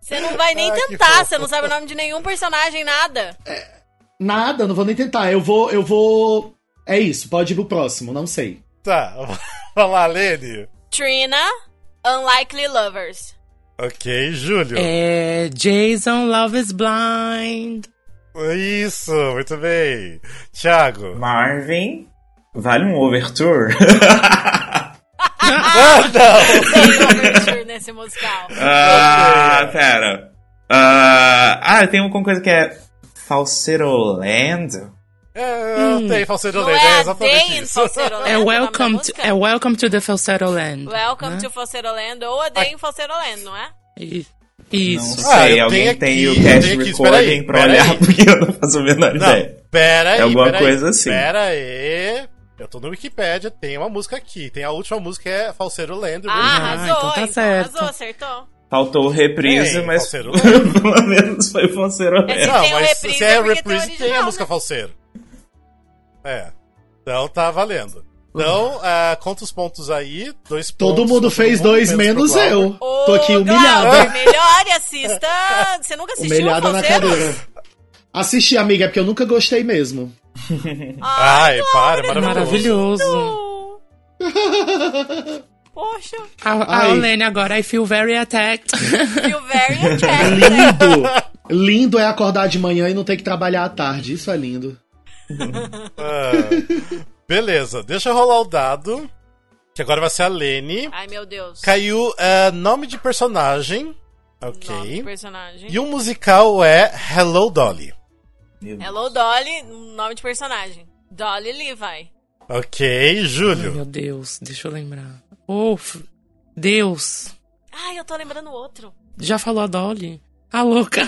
Você não vai nem Ai, Ah, que tentar, fofo. você não sabe o nome de nenhum personagem, nada. nada, não vou nem tentar. Eu vou, eu vou. É isso, pode ir pro próximo, não sei. Tá, vai lá, Lene. Trina, Unlikely Lovers. Ok, Júlio. É Jason Love is Blind. Isso, muito bem. Thiago. Marvin. Vale um overture? Ah! Ah, Tem overture nesse musical. ah, pera. Ah, ah, tem uma coisa que é Falseroland. É, tem falseiro Hum. Não Lene, é é a Day exatamente in isso. Falsetto Land É o nome da welcome, to, música? é welcome to the Falsetto Land. Welcome né? to Falsetto Land ou A Day in Falsetto Land, não é? I- Não Isso. Ah, sei, eu tenho alguém tem aqui, o eu cast tenho aqui, espera aí, recording pra espera olhar, aí. porque eu não faço a Não, menor ideia. pera aí. É alguma pera aí, coisa assim. Pera aí. Eu tô no Wikipedia, tem uma música aqui. Tem a última música que é Falseiro Uhum. Land. Ah, Original. arrasou, então tá então certo. arrasou, acertou. Faltou o reprise, Tem, mas Falseiro pelo menos foi Falseroland. Esse- Não, tem o mas reprise, se é é porque tem o reprise, tem, original, a né? música falseiro. É. Então tá valendo. Então, Uhum. ah, conta os pontos aí. Dois Todo pontos mundo pra fez todo mundo, dois menos pro Glauber. eu. Tô aqui Ô, humilhada. Glauber, melhor e assista. Você nunca assistiu Humilhada na Falsetto? cadeira. Assisti, amiga, é porque eu nunca gostei mesmo. Ai, para, Glauber, maravilhoso. Maravilhoso. não. Poxa, A, a Ai. Olene agora, I feel very attacked. feel very attracted. né? Lindo! lindo é acordar de manhã e não ter que trabalhar à tarde. Isso é lindo. Ah, beleza, deixa eu rolar o dado. Que agora vai ser a Lene. Ai, meu Deus. Caiu ah, nome de personagem. Nome Ok. do personagem. E o musical é Hello Dolly. Hello, Dolly, nome de personagem. Dolly Levi. Ok, Ai, Júlio. meu Deus, deixa eu lembrar. Oh, f- Deus. Ai, eu tô lembrando outro. Já falou a Dolly? A louca.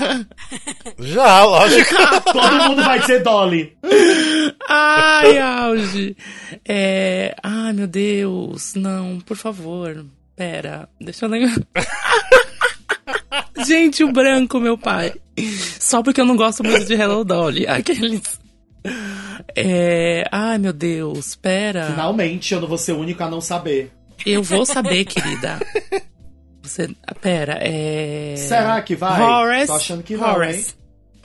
Já, lógico. Todo mundo vai dizer Dolly. Ai, auge. É... Ai, meu Deus. Não, por favor. Pera, deixa eu lembrar. Gente, o branco, meu pai. Só porque eu não gosto muito de Hello Dolly. Aqueles. É... Ai, meu Deus, pera. Finalmente, eu não vou ser o único a não saber. Eu vou saber, querida. Você. Pera, é. Será que vai? Horace. Tô achando que não, hein? Horace.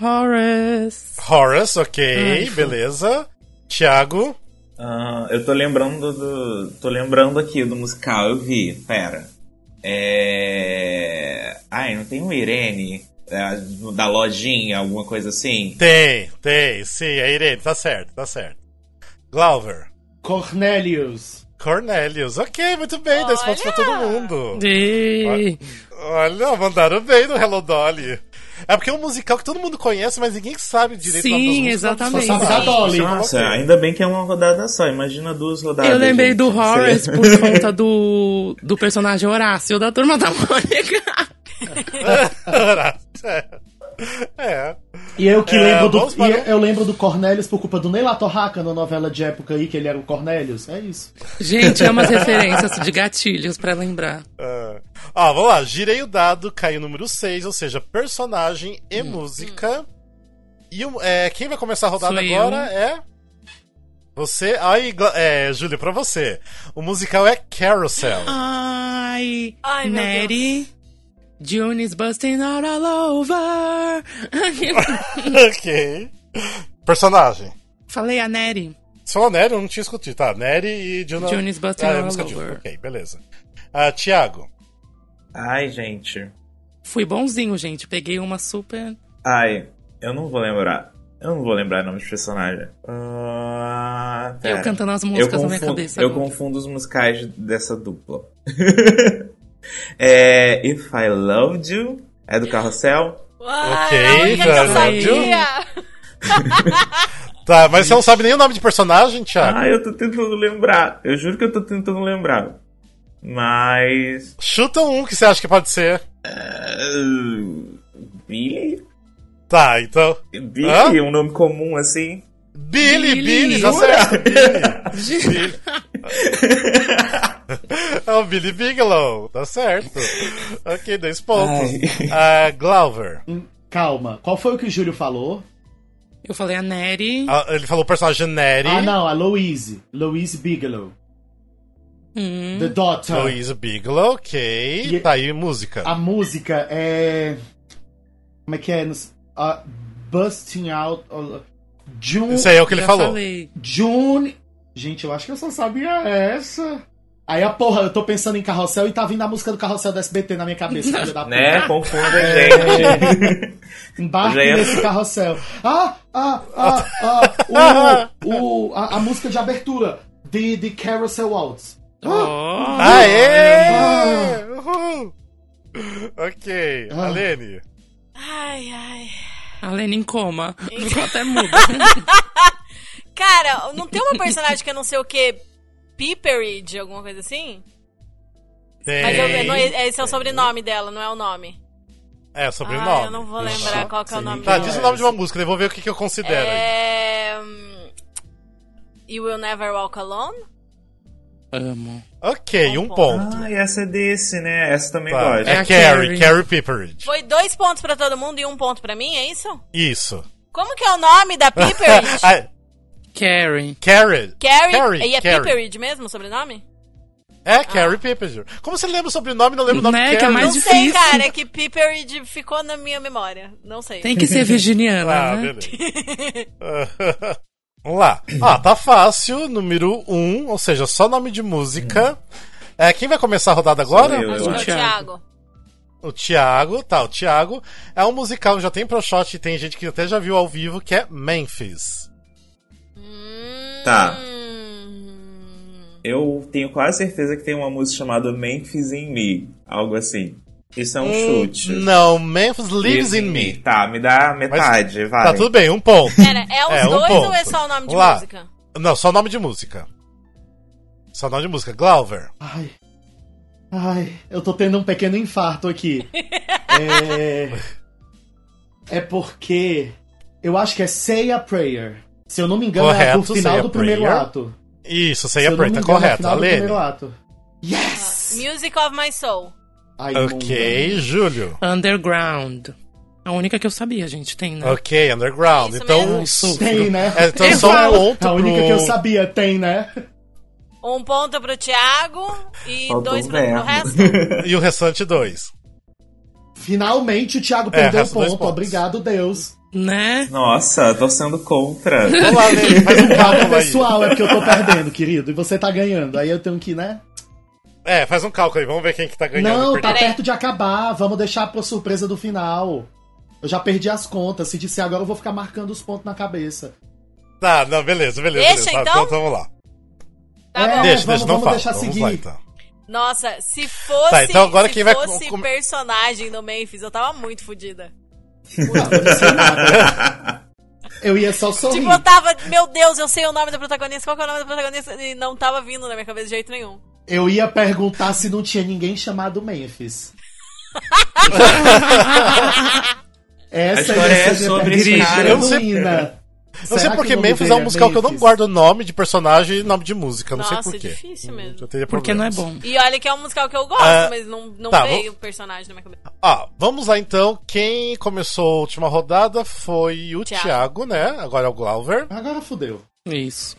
Horace. Horace, ok, Ai, beleza. Thiago. Ah, eu tô lembrando do. tô lembrando aqui do musical, eu vi, pera. É. Ai, não tem o Irene é, da lojinha, alguma coisa assim? Tem, tem, sim, é Irene, tá certo, tá certo. Glauber. Cornelius. Cornelius, ok, muito bem, 10 pontos pra Olha! todo mundo. E... Olha, mandaram bem no Hello Dolly. É porque é um musical que todo mundo conhece, mas ninguém sabe direito o nome das Sim, músicas. exatamente. Só sabe da Dolly. Nossa, ainda bem que é uma rodada só, imagina duas rodadas. Eu lembrei gente, do não sei. Horace por conta do, do personagem Horácio da Turma da Mônica. é. E eu que É, lembro vamos do. para e um- eu lembro do Cornelius por culpa do Ney Latorraca na novela de época aí, que ele era o Cornelius. É isso. Gente, amo as referências de gatilhos pra lembrar. Ah. Ó, vamos lá. Girei o dado, caiu o número 6, ou seja, personagem e música. E o- é, quem vai começar a rodada Sou eu. agora é. Você. Aí, Gla- é, Júlio, pra Ah. você. O musical é Carousel. Ai, Ai, meu Neri, June is busting out all over. ok. Personagem. Falei a Neri. Só a Nery, eu não tinha escutado. Tá, Nery e Juna... June's Busting ah, é a All música de- Over. Ok, beleza. Ah, Tiago. Ai, gente. Fui bonzinho, gente. Peguei uma super. Ai, eu não vou lembrar. Eu não vou lembrar nome de personagem. Ah, pera. Eu cantando as músicas Eu na minha confundo- cabeça. Eu agora. confundo os musicais dessa dupla. é, If I Loved You é do Carrossel. Uai, Ok, a única que eu velho. sabia! Tá, mas você não sabe nem o nome de personagem, Tiago? Ah, eu tô tentando lembrar. Eu juro que eu tô tentando lembrar. Mas. Chuta um que você acha que pode ser. ah, Billy? Tá, então... Billy, um nome comum assim. Billy, Billy. Billy, tá certo. Billy. Billy. é o Billy Bigelow, tá certo. Ok, dois pontos. Ah, Glauber. Calma, qual foi o que o Júlio falou? Eu falei a Neri. Ah, ele falou personagem Nery. Ah, não, a Louise. Louise Bigelow. Hum. The Daughter. Louise Bigelow, ok. E- Tá aí música. A música é. Como é que é? Nos- ah, busting Out. all- June. Isso aí é o que ele já falou. Falei. June. Gente, eu acho que eu só sabia essa. Aí a porra, eu tô pensando em carrossel e tá vindo a música do carrossel da SBT na minha cabeça. filho da Né? puta. Confunda a gente. Embarque Já ia- nesse carrossel. Ah, ah, ah, ah. O, o, a, a música de abertura. The, the Carousel Waltz. Oh, Aê! Uhul! Ok, Ah. Alene. Ai, ai. A Lena em coma. Ficou até muda. Cara, não tem uma personagem que é não sei o que, Piperidge, alguma coisa assim? Tem. Mas eu, não, esse é o sobrenome dela, não é o nome. É, sobrenome. Ah, eu não vou lembrar qual que é o nome Tá, dela. diz o nome de uma música, daí eu vou ver o que, que eu considero. aí. É... hum, You Will Never Walk Alone? Amo. Ok, Um um ponto. ponto. ah, essa é desse, né? Essa também Tá. gosto. É, a Carrie, Carrie. Carrie Pipperidge. Foi dois pontos pra todo mundo e um ponto pra mim, é isso? Isso. Como que é o nome da Piperidge? Ah, Karen. Carrie. Carrie, Carrie. E é Ah. Carrie. Piperidge mesmo, o sobrenome? É, Carrie Pipperidge. Como você lembra o sobrenome e não lembra o nome Né, de que é Carrie? mais Não de- sei, Difícil. cara, é que Piperidge ficou na minha memória. Não sei. Tem que ser virginiana, Ah, né? beleza. Vamos lá. Ah, tá fácil. Número 1, um, ou seja, só nome de música. É, quem vai começar a rodada agora? eu, Acho que eu é o acho. Thiago. O Thiago, tá, o Thiago é um musical que já tem pro shot e tem gente que até já viu ao vivo, que é Memphis. Tá. Hum. Eu tenho quase certeza que tem uma música chamada Memphis in Me. Algo assim. Isso é um chute. Hum, Não, Memphis Lives in Me. Tá, me dá metade, vai. Tá tudo bem, um ponto. Pera, é os É, um dois ou é ponto. só o nome de Vamos lá. música? Não, só nome de música. Só nome de música. Glauber. Ai. Ai, eu tô tendo um pequeno infarto aqui. é... é porque eu acho que é Say a Prayer. Se eu não me engano, é Correto, do final Say a do primeiro Prayer. ato. Isso, Se Ceia eu não me Prey, tá engano, é o correto. final do Alene. primeiro ato. Ah, Yes! Music of My Soul. Ai, Ok, Júlio. Underground. A única que eu sabia, gente, tem, né? Ok, Underground. Isso então, mesmo. su- mundo. Tem, né? é, então Eu só um falo. ponto A única pro... que eu sabia tem, né? Um ponto pro Thiago e Faltou dois um pro, pro verbo. resto. E o restante dois. Finalmente o Thiago É, perdeu o resta dois ponto. pontos. Obrigado, Deus. Né? Nossa, tô sendo contra. Vamos lá, Alene, faz um Calma cálculo aí. pessoal, é porque eu tô perdendo, querido. E você tá ganhando. Aí eu tenho que, né? É, faz um cálculo aí, vamos ver quem que tá ganhando. Não, e tá perdendo. perto de acabar. Vamos deixar pra surpresa do final. Eu já perdi as contas. Se disser agora, eu vou ficar marcando os pontos na cabeça. Tá, não, beleza, beleza. beleza. Deixa, Tá, então? então vamos lá. Tá É. deixa, bom. vamos- deixa, não vamos fala. deixar vamos seguir. lá, então. Nossa, se fosse, Tá, então agora se quem vai fosse com- com- personagem do Memphis, eu tava muito fodida. Eu ia só sorrir. Tipo, eu tava, meu Deus, eu sei o nome da protagonista, qual que é o nome da protagonista? E não tava vindo na minha cabeça de jeito nenhum. Eu ia perguntar se não tinha ninguém chamado Memphis. Essa A história ia é ser sobre minha esse cara. Eu não sei- heroína. Não sei Será que porque o nome Memphis é dele um musical que eu não Memphis? guardo nome de personagem e nome de música. Não sei Nossa, é porquê. difícil mesmo. Eu teria Porque não é problemas. bom. E olha que é um musical que eu gosto, Ah, mas não, não tá, veio vou- o personagem na minha cabeça. Ah, vamos lá então. Quem começou a última rodada foi o Thiago. Thiago, né? Agora é o Glauber. Agora fudeu. Isso.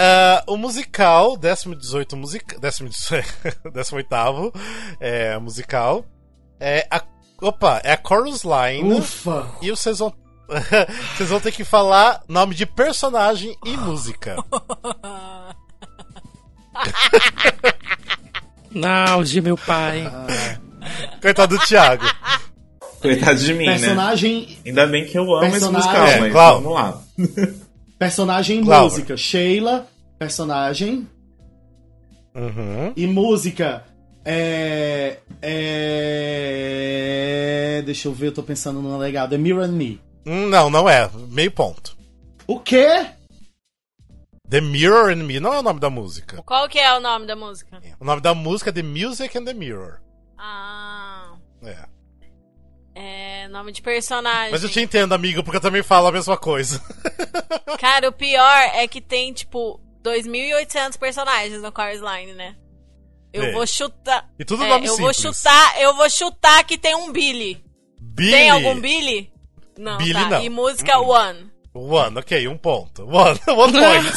Ah, o musical, 18 musical. 18 é, musical. É a. Opa, é a Chorus Line. Ufa! E vocês vão. vocês vão ter que falar nome de personagem e música. Não, de meu pai. Coitado do Thiago. Coitado de mim, né? Personagem, Ainda bem que eu amo esse Personagem- musical, É, mas claro. vamos lá. personagem e Laura. música. Sheila, personagem Uhum. e música. É, é. Deixa eu ver, eu tô pensando numa legado. É Mirror and Me. Hum, Não, não é. Meio ponto. O quê? The Mirror and Me não é o nome da música. Qual que é o nome da música? O nome da música é The Music and the Mirror. Ah. É. É, nome de personagem. Mas eu te entendo, amigo, porque eu também falo a mesma coisa. Cara, o pior é que tem, tipo, 2.800 personagens no Chorus Line, né? Eu É. vou chutar. E tudo é, nome eu simples. vou chutar, eu vou chutar que tem um Billy. Billy. Tem algum Billy? Não, Billy, tá. não. E música One. One, ok, um ponto. One, one point.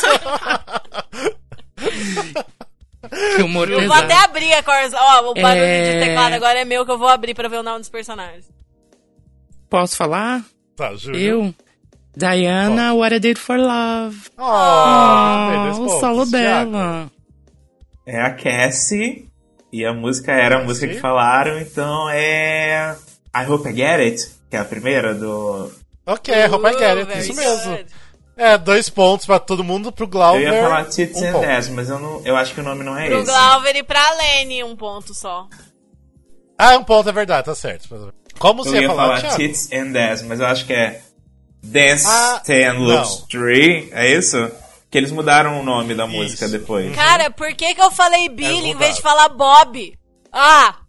Que humor Eu vou até pesado. abrir a Chorus. Ó, o barulho É. de teclado agora é meu que eu vou abrir pra ver o nome dos personagens. Posso falar? tá, Júlio. Eu? Diana, What I Did for Love. Oh, bem, Ah, dois o pontos. solo Thiago. dela. É a Cassie. E a música era a música que falaram, então é. I Hope I Get It, que é a primeira do. Ok, é, roupa Uh, Garrett, very isso mesmo. good. É, dois pontos pra todo mundo, pro Glauber. eu ia falar Tits um and ponto. Ass, mas eu, não, eu acho que o nome não é Pro esse. Glauber e pra Lene, um ponto só. Ah, um ponto, é verdade, tá certo. Como Eu você ia, falar, Thiago? Tits and Ass, mas eu acho que é Dance Ah, Ten não. Loops 3, é isso? Que eles mudaram o nome da música depois. Cara, por que que eu É, falei Billy em mudado. vez de falar Bob? Ah!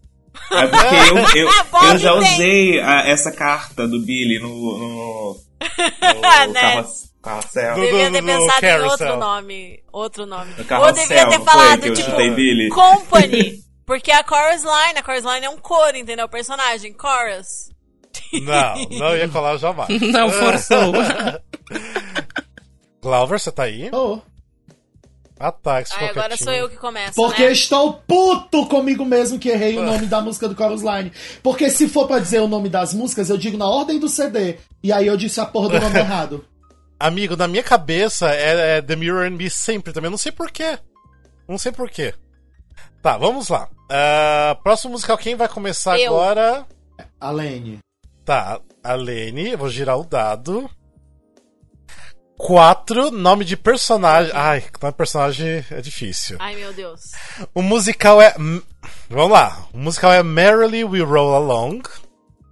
É porque eu, eu, Bob eu já tem. usei a- essa carta do Billy no, no, no Né? carroce- carrossel. Do- Devia do- ter do pensado em Carousel. outro nome. Outro nome. No Ou carrossel, devia ter não foi falado, que eu tipo, chutei Billy? Company. Porque a Chorus Line, a Chorus Line é um coro, entendeu? O personagem, Chorus. Não, não ia falar jamais. Não forçou. Glauber, você tá aí? Ah, tá, Oh. Ataque, Ai, agora sou eu que começo, Porque né? estou puto comigo mesmo que errei o nome da música do Chorus Line. Porque se for pra dizer o nome das músicas, eu digo na ordem do CD. E aí eu disse a porra do nome errado. Amigo, na minha cabeça é, é The Mirror and Me sempre também. Eu não sei porquê. Não sei porquê. Tá, vamos lá. Ah, próximo musical, quem vai começar Eu. agora? Alene. Tá, a Lene. Eu vou girar o dado. Quatro, nome de personagem. Ai, nome de personagem é difícil. Ai, meu Deus. O musical é. Vamos lá. O musical é Merrily We Roll Along.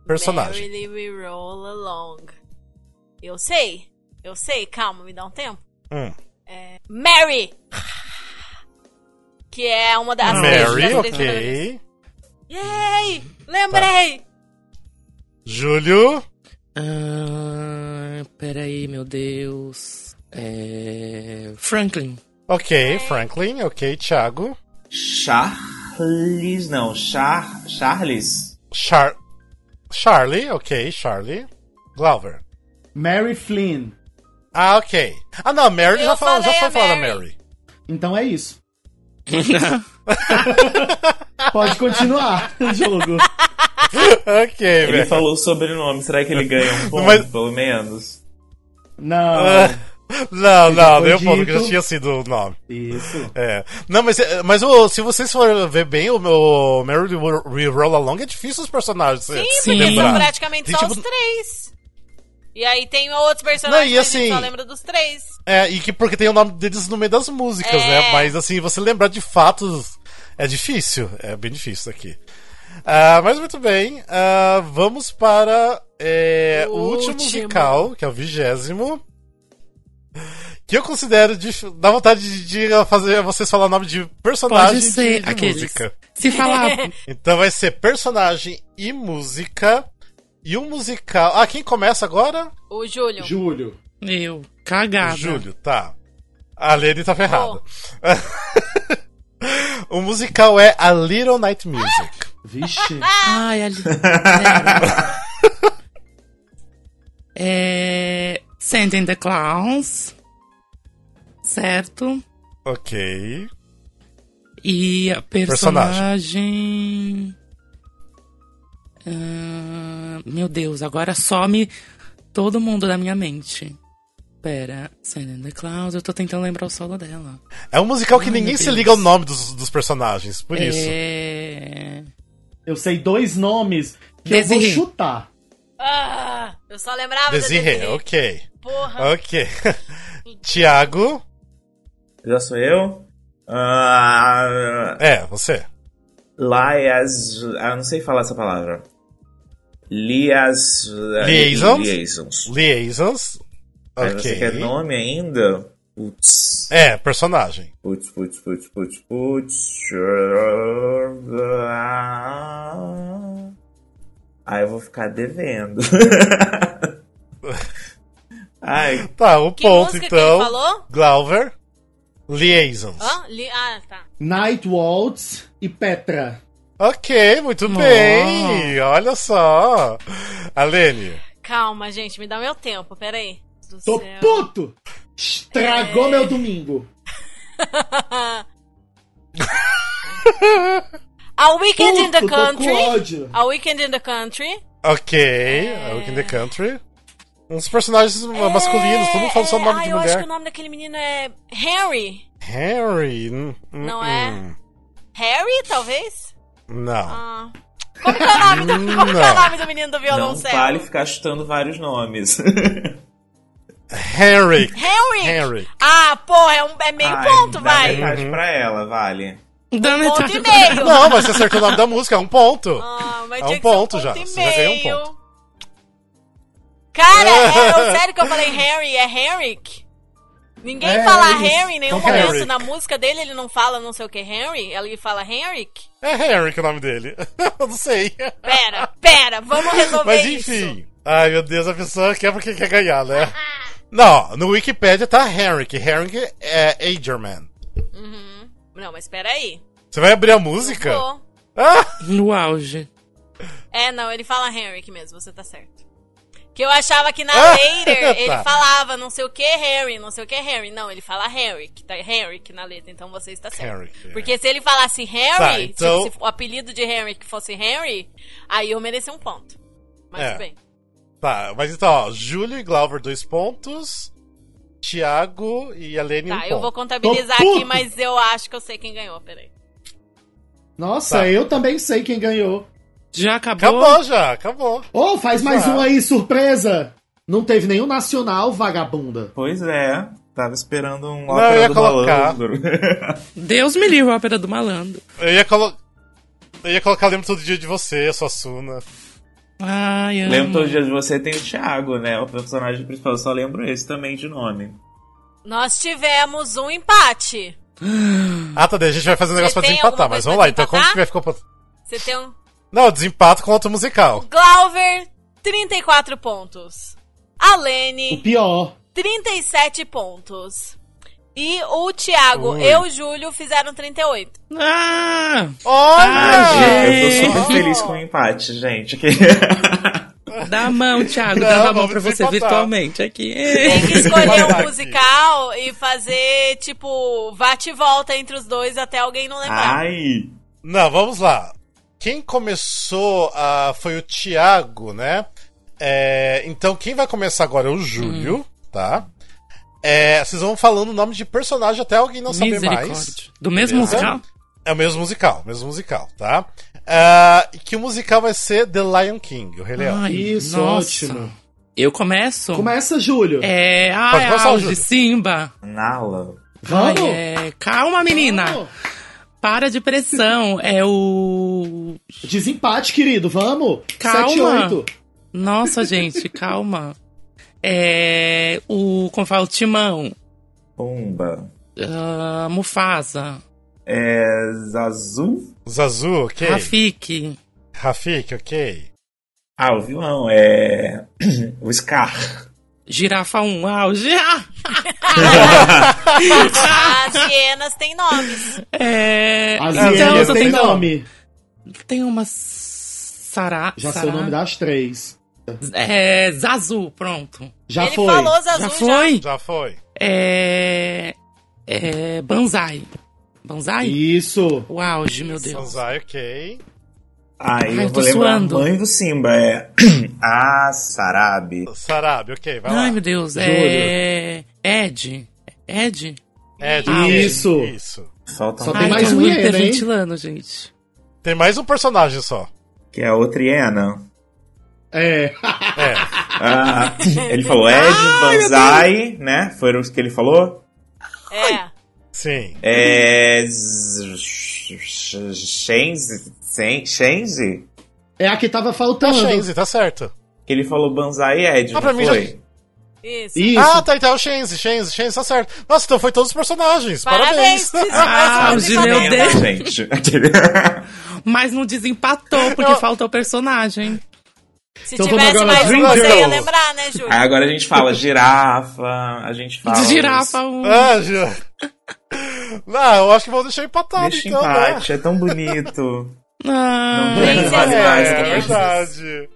Personagem. Merrily we roll along. Eu sei. Eu sei. Calma, me dá um tempo. É, Hum. Mary! Que é uma das Mary, das três protagonistas. ok. Yay! Lembrei! Júlio. Ah, peraí, meu Deus. É... Franklin. Ok, Franklin. Ok, Thiago. Charles. Não, Char, Charles. Char... Charlie. Ok, Charlie. Glauber. Mary Flynn. Ah, ok. Ah, não, Mary Eu já, falou, já falei foi a falar da Mary. Mary. Então é isso. Pode continuar o jogo. ok, Ele velho. falou o sobrenome, será que ele ganha um ponto, Mas- pelo menos? Não. Não, não, foi deu ponto, que dito. já tinha sido o nome. Isso. É. Não, mas, é, mas o, se vocês forem ver bem, o, o Mary We Roll Along é difícil os personagens. se- Sim, se porque lembrar. são praticamente Tem, só tipo, os três. E aí tem outros personagens Não, e que a gente só assim- lembra dos três. É, e que porque tem o nome deles no meio das músicas, né? Mas assim, você lembrar de fatos é difícil. É bem difícil isso aqui. Ah, mas muito bem, ah, vamos para é, o O último último. musical, que é o vigésimo. Que eu considero. dif- Dá vontade de, de fazer vocês falar o nome de personagem Pode ser de, de aqueles. música. Se falar. Então vai ser personagem e música. E um musical. Ah, quem começa agora? O Júlio. Júlio. Eu. Cagada. Júlio, tá. A Lene tá ferrada. o musical é A Little Night Music. Vixe. Ai, ali. é. Sending the Clowns. Certo. ok. E a personagem. Ah, meu Deus, agora some todo mundo da minha mente. Pera, Sand in the Clouds, eu tô tentando lembrar o solo dela. É um musical que Ai, ninguém meu se Deus. liga ao nome dos, dos personagens, por É isso. É... Eu sei dois nomes que eu Desirê. vou chutar. Ah, eu só lembrava da Desirê, Desirê. ok. Ah. Porra. Ok. Tiago. Já sou eu? Ah, É, você. Lias. Ah, não sei falar essa palavra. Lias. Liaisons? Liaisons. Liaisons. Aí Ah, Você quer Ok. é nome ainda? Putz. É, personagem. Putz, putz, putz, putz, putz. Ah, eu vou ficar devendo. Ai, Tá, o Que ponto música então. que ele falou? Glauber. Liaisons. Hã? Li- Ah, tá. Night Waltz e Petra. Ok, muito Nossa. bem. Olha só. Alene. Calma, gente, me dá meu tempo, peraí. Do Tô céu. puto! Estragou É. meu domingo. A Weekend in the Puto, tô com Country. ódio. A Weekend in the Country. Ok. É... in the Country. Uns personagens uh, masculinos, todo mundo fala só É, nome ah, de É. eu acho mulher. que o nome daquele menino é Harry. Harry. hum, hum, Não é? hum. Harry, talvez? Não. Ah. Como que é o nome do, como que é Não. o nome do menino do não violoncelo? vale ficar chutando vários nomes. Harry. Harry. Harry. Ah, porra, é, um, é meio Ai, é ponto, dá vai. Metade pra Uhum. ela, vale. Dando Ponto entrada- e meio. Não, mas você acertou o nome da música, é um ponto. Ah, mas É um tinha que ser ponto um já, ponto e você já ganhou um meio. Cara, é, é sério que eu falei Harry, é Henrik? Ninguém É, fala é isso. Harry em nenhum Então, momento Henrik. na música dele, ele não fala não sei o que Henry, ele fala Henrik. É Harry que é o nome dele. Eu não sei. Pera, pera, vamos resolver Mas isso. enfim. Ai, meu Deus, a pessoa quer porque quer ganhar, né? Não, no Wikipedia tá Harry, que Harry é Agerman. Uhum. Não, mas peraí. Você vai abrir a música? Pô. Ah, No auge. É, não, ele fala Henrik mesmo, você tá certo. Que eu achava que na Ah, later ele tá. falava não sei o que Harry, não sei o que Harry. Não, ele fala Henrik, tá Henrik na letra, então você está certo. Henrik, é. Porque se ele falasse Harry, Tá, tipo, então- se o apelido de Henrik fosse Henry, aí eu mereci um ponto. Mas É. tudo bem. tá, mas então, ó, Júlio e Glauber, dois pontos. Thiago e a Lene, um Tá, ponto. eu vou contabilizar Tô puto. aqui, mas eu acho que eu sei quem ganhou, peraí. Nossa, Tá. eu também sei quem ganhou. Já acabou? Acabou já, acabou. Ô, faz mais Ah. um aí, surpresa! Não teve nenhum nacional, vagabunda. Pois é, tava esperando um Não, eu ia ópera do colocar. malandro. Deus me livre, a ópera do malandro. Eu ia colocar... Eu ia colocar Lembro Todo Dia de Você, a sua Suna. Ai, amo. lembro todo dia de você tem o Thiago, né? O personagem principal, eu só lembro esse também de nome. Nós tivemos um empate. Ah, tá, daí a gente vai fazer um negócio Você pra tem desempatar, alguma mas coisa vamos pra lá. Então, como que vai ficar... o ponto? Você tem um Não, eu desempato com outro musical. Glauber, 34 pontos. A O Lene, pior. 37 pontos. E o Thiago, Ui. eu e o Júlio fizeram 38. Ah! Olha! Ai, Eu tô super Ei. feliz com o empate, gente. Dá a mão, Thiago. Não, Dá a mão vamos pra você desempatar. virtualmente aqui. Tem que escolher Guardar um aqui. musical e fazer, tipo, bate e volta entre os dois até alguém não lembrar. Ai! Não, vamos lá. Quem começou a... foi o Thiago, né? É, Então, quem vai começar agora é o Júlio, Hum. tá? É, vocês vão falando o nome de personagem até alguém não saber mais. Misericórdia. Do mesmo Beleza? musical? É o mesmo musical, mesmo musical, tá? Ah, e que o musical vai ser The Lion King, o Rei Leão. Ai, Isso, nossa. ótimo. Eu começo? Começa, Júlio. É. Pode Ai, começar, auge, Júlio. Simba. Nala. Vamos? Ai, é, Calma, menina. Vamos? Para de pressão. É o. Desempate, querido, vamos? Calma. 7 8. Nossa, gente, calma. É. O. Como fala? O Timão. Pumba. ah, Mufasa. É. Zazu? Zazu, ok. Rafiki. Rafik, ok. Ah, o vilão é. o Scar. Girafa 1. Auge. Ah! Ah. As hienas têm nomes. É. As Não, então, eu hienas só têm tem, nome. nome. tem uma. Sará. Já Sará? sei o nome das três. É. Zazu, pronto. Já Ele foi. falou Zazu já já. foi? Já foi. É. É. Banzai. Banzai? Isso. O auge, meu Deus. Banzai, ok. Aí Ai, eu tô vou lembrar suando. a mãe do Simba, é a Sarabi. Sarabi, ok, vai lá. Ai, meu Deus. É. Ed. Ed? É, Ah, isso. isso. Falta Só um Tem Ai, mais tô um muito Iena, hein? hiperventilando, gente. Tem mais um personagem só. que é a outra hiena. É. É. Ah, ele falou Ed, Banzai, né? Foram os que ele falou. É. Sim. É. z- z- Shenzi? Sen- Shenzi? É a que tava Tá faltando. Shenzi, tá certo. Que ele falou Banzai e Ed, Ah, não pra mim foi? já- Isso. Isso. Ah, tá, então é o Shenzi, Shenzi, Shenzi, tá certo. Nossa, então foi todos os personagens. Parabéns. Parabéns. Ah, Vocês de fazem meu bem. Deus. né, gente. Mas não desempatou, porque Eu- faltou personagem. Se Então vamos tivesse agora Ah, mais um, Dream você ia Girls. lembrar, né, Júlio? Aí agora a gente fala girafa, a gente Tá fala. De girafa um. Ah, Ju. Não, eu acho que vão deixar empatado, Deixa então, né? empate, é tão bonito. um. Ai, Não tem rivalidade, É, né? verdade.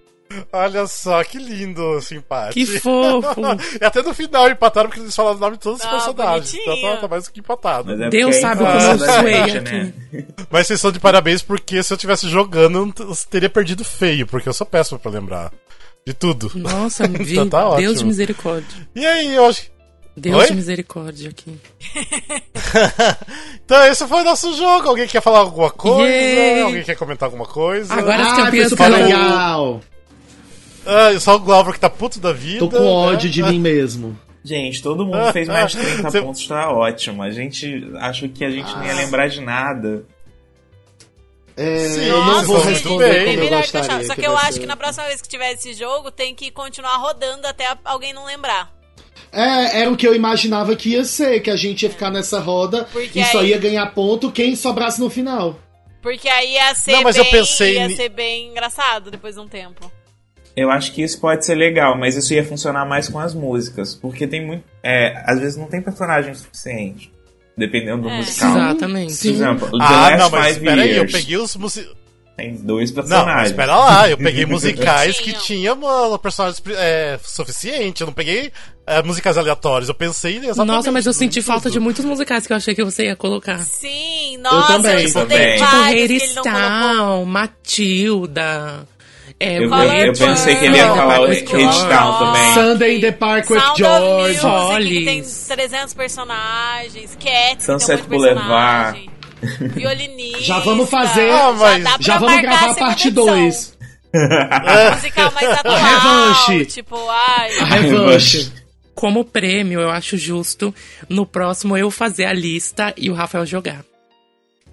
Olha só, que lindo esse empate. Ah, Que fofo. e até no final empataram, porque eles falaram o nome de todos os Ah, personagens. Então bonitinho. tá, tá mais do que empatado. Mas é Deus porque é né? sabe infância como eu da suei gente, aqui. Mas vocês são de parabéns, porque se eu tivesse jogando, eu não t- eu teria perdido feio, porque eu sou péssimo pra lembrar. De tudo. Nossa, me vi. Então tá ótimo. Deus de misericórdia. E aí, eu acho. Deus Oi? de misericórdia aqui. Então, esse foi o nosso jogo. Alguém quer falar alguma coisa? Yay! Alguém quer comentar alguma coisa? Agora as Ai, foi campeãs super cada um- Ah, legal. Ah, só o Glauber que tá puto da vida. Tô com ódio né? de mim mesmo. Gente, todo mundo fez mais de 30 Você- pontos, tá ótimo. A gente acho que a gente não ia lembrar de nada. É, Sim, eu não nossa, vou muito bem. responder Bem como eu melhor de deixar. gostaria. Só que eu acho você- que na próxima vez que tiver esse jogo, tem que continuar rodando até a- alguém não lembrar. É, era o que eu imaginava que ia ser, que a gente ia ficar nessa roda Porque e só aí- ia ganhar ponto quem sobrasse no final. Porque aí ia ser Não, mas eu bem, pensei ia ni- ser bem engraçado depois de um tempo. Eu acho que isso pode ser legal, mas isso ia funcionar mais com as músicas, porque tem muito, é, às vezes não tem personagem suficiente, dependendo do É. musical. Exatamente. Por exemplo, The Ah, Last não, mas Five espera aí, eu Years peguei os musicais. tem dois Não, mas personagens. espera lá, eu peguei musicais que Tinham. tinham uma personagem é, suficiente, eu não peguei é, musicais aleatórios, eu pensei exatamente. Nossa, mas eu senti nisso. falta de muitos musicais que eu achei que você ia colocar. Sim, nossa, eu também, estudei também. Tipo, vários que ele não colocou. Hairistown, Matilda. É, Eu, Color eu pensei que ele ia Purple, falar o Color Kid Town Purple. também. Sunday in the Park with É. Sound George. of Music, que tem Hollies. 300 personagens, Cats, Sunset que tem um monte de personagem, Violinista. Já vamos fazer- Ah, mas- dá pra Já vamos marcar gravar a segunda parte edição. 2. Musical mais atual. revanche. Tipo, ai. A revanche. Como prêmio, eu acho justo no próximo eu fazer a lista e o Rafael jogar.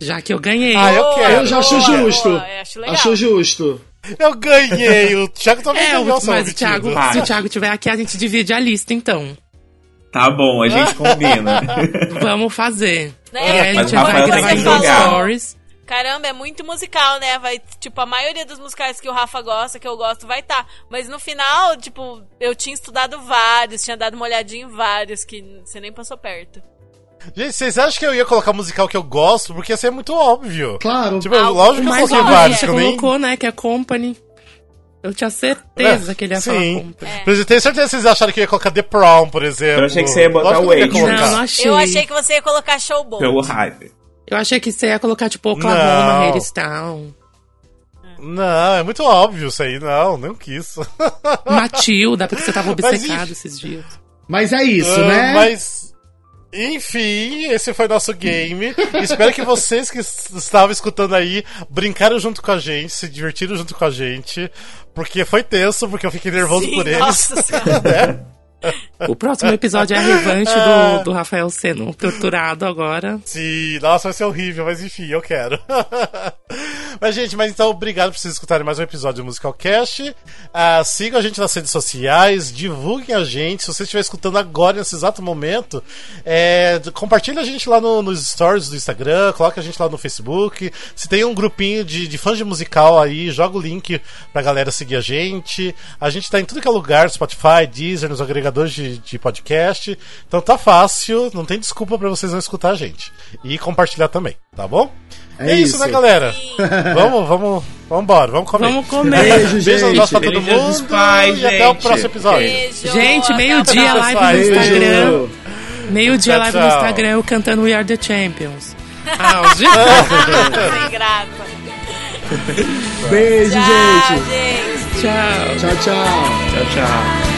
Já que eu ganhei. Ah, eu Boa, quero. Eu já acho boa, justo. boa, eu acho legal. Acho justo. Eu ganhei, o Thiago também É, o, ganhou, seu mas o obtido. Thiago, Vai. se o Thiago tiver aqui, a gente divide a lista, então. Tá bom, a gente combina. Vamos fazer. É, Né? E É, aí a É, Mas gente o Rafael vai tem gravar que nos jogar. stories. Caramba, é muito musical, né? Vai, tipo, a maioria dos musicais que o Rafa gosta, que eu gosto, vai estar. Tá. Mas no final, tipo, eu tinha estudado vários, tinha dado uma olhadinha em vários, que você nem passou perto. Gente, vocês acham que eu ia colocar musical que eu gosto? Porque ia ser muito óbvio. Claro. Tipo, Ah, lógico O que eu mais coloquei óbvio que vários, você que eu nem. colocou, né? Que é Company. Eu tinha certeza que ele ia falar É, Sim. Company. É. Mas eu tenho certeza que vocês acharam que eu ia colocar The Prom, por exemplo. Eu achei que você ia botar Lógico que eu Waitress. colocar. Não, não achei. Eu achei que você ia colocar showbom. Pelo hype. Eu achei que você ia colocar, tipo, Oklahoma, Não. Hairistown, Não, é muito óbvio isso aí, não, não quis. Matilda, porque você tava Mas obcecado esses dias. Mas é isso, Ah, né? Mas. Enfim, esse foi nosso game. Espero que vocês que es- estavam escutando aí brincaram junto com a gente, se divertiram junto com a gente, porque foi tenso, porque eu fiquei nervoso Sim, por eles. Nossa senhora. né? O próximo episódio é a revanche do, do Rafael sendo torturado agora. Sim, nossa, vai ser horrível, mas enfim, eu quero. mas, gente, mas então, obrigado por vocês escutarem mais um episódio do Musical Cast. Ah, sigam a gente nas redes sociais, divulguem a gente. Se você estiver escutando agora, nesse exato momento, é, compartilha a gente lá no- nos stories do Instagram, coloca a gente lá no Facebook. Se tem um grupinho de, de fãs de musical aí, joga o link pra galera seguir a gente. A gente tá em tudo que é lugar, Spotify, Deezer, nos agregadores de, de podcast. Então tá fácil, não tem desculpa pra vocês não escutar a gente. E compartilhar também, tá bom? É isso. né, galera? vamos, vamos, vamos embora, vamos comer. Vamos comer. Beijo, Beijo gente. nosso pra todo Beijos dos mundo pais, e até o gente. próximo episódio. Beijo, Gente, até a meio-dia próxima. live no Beijo. Instagram. Meio-dia Tchau, live no tchau. Instagram, eu cantando We Are the Champions. Auge. Sem graça. Beijo, Tchau, gente. gente. Tchau. Tchau, tchau. Tchau, tchau.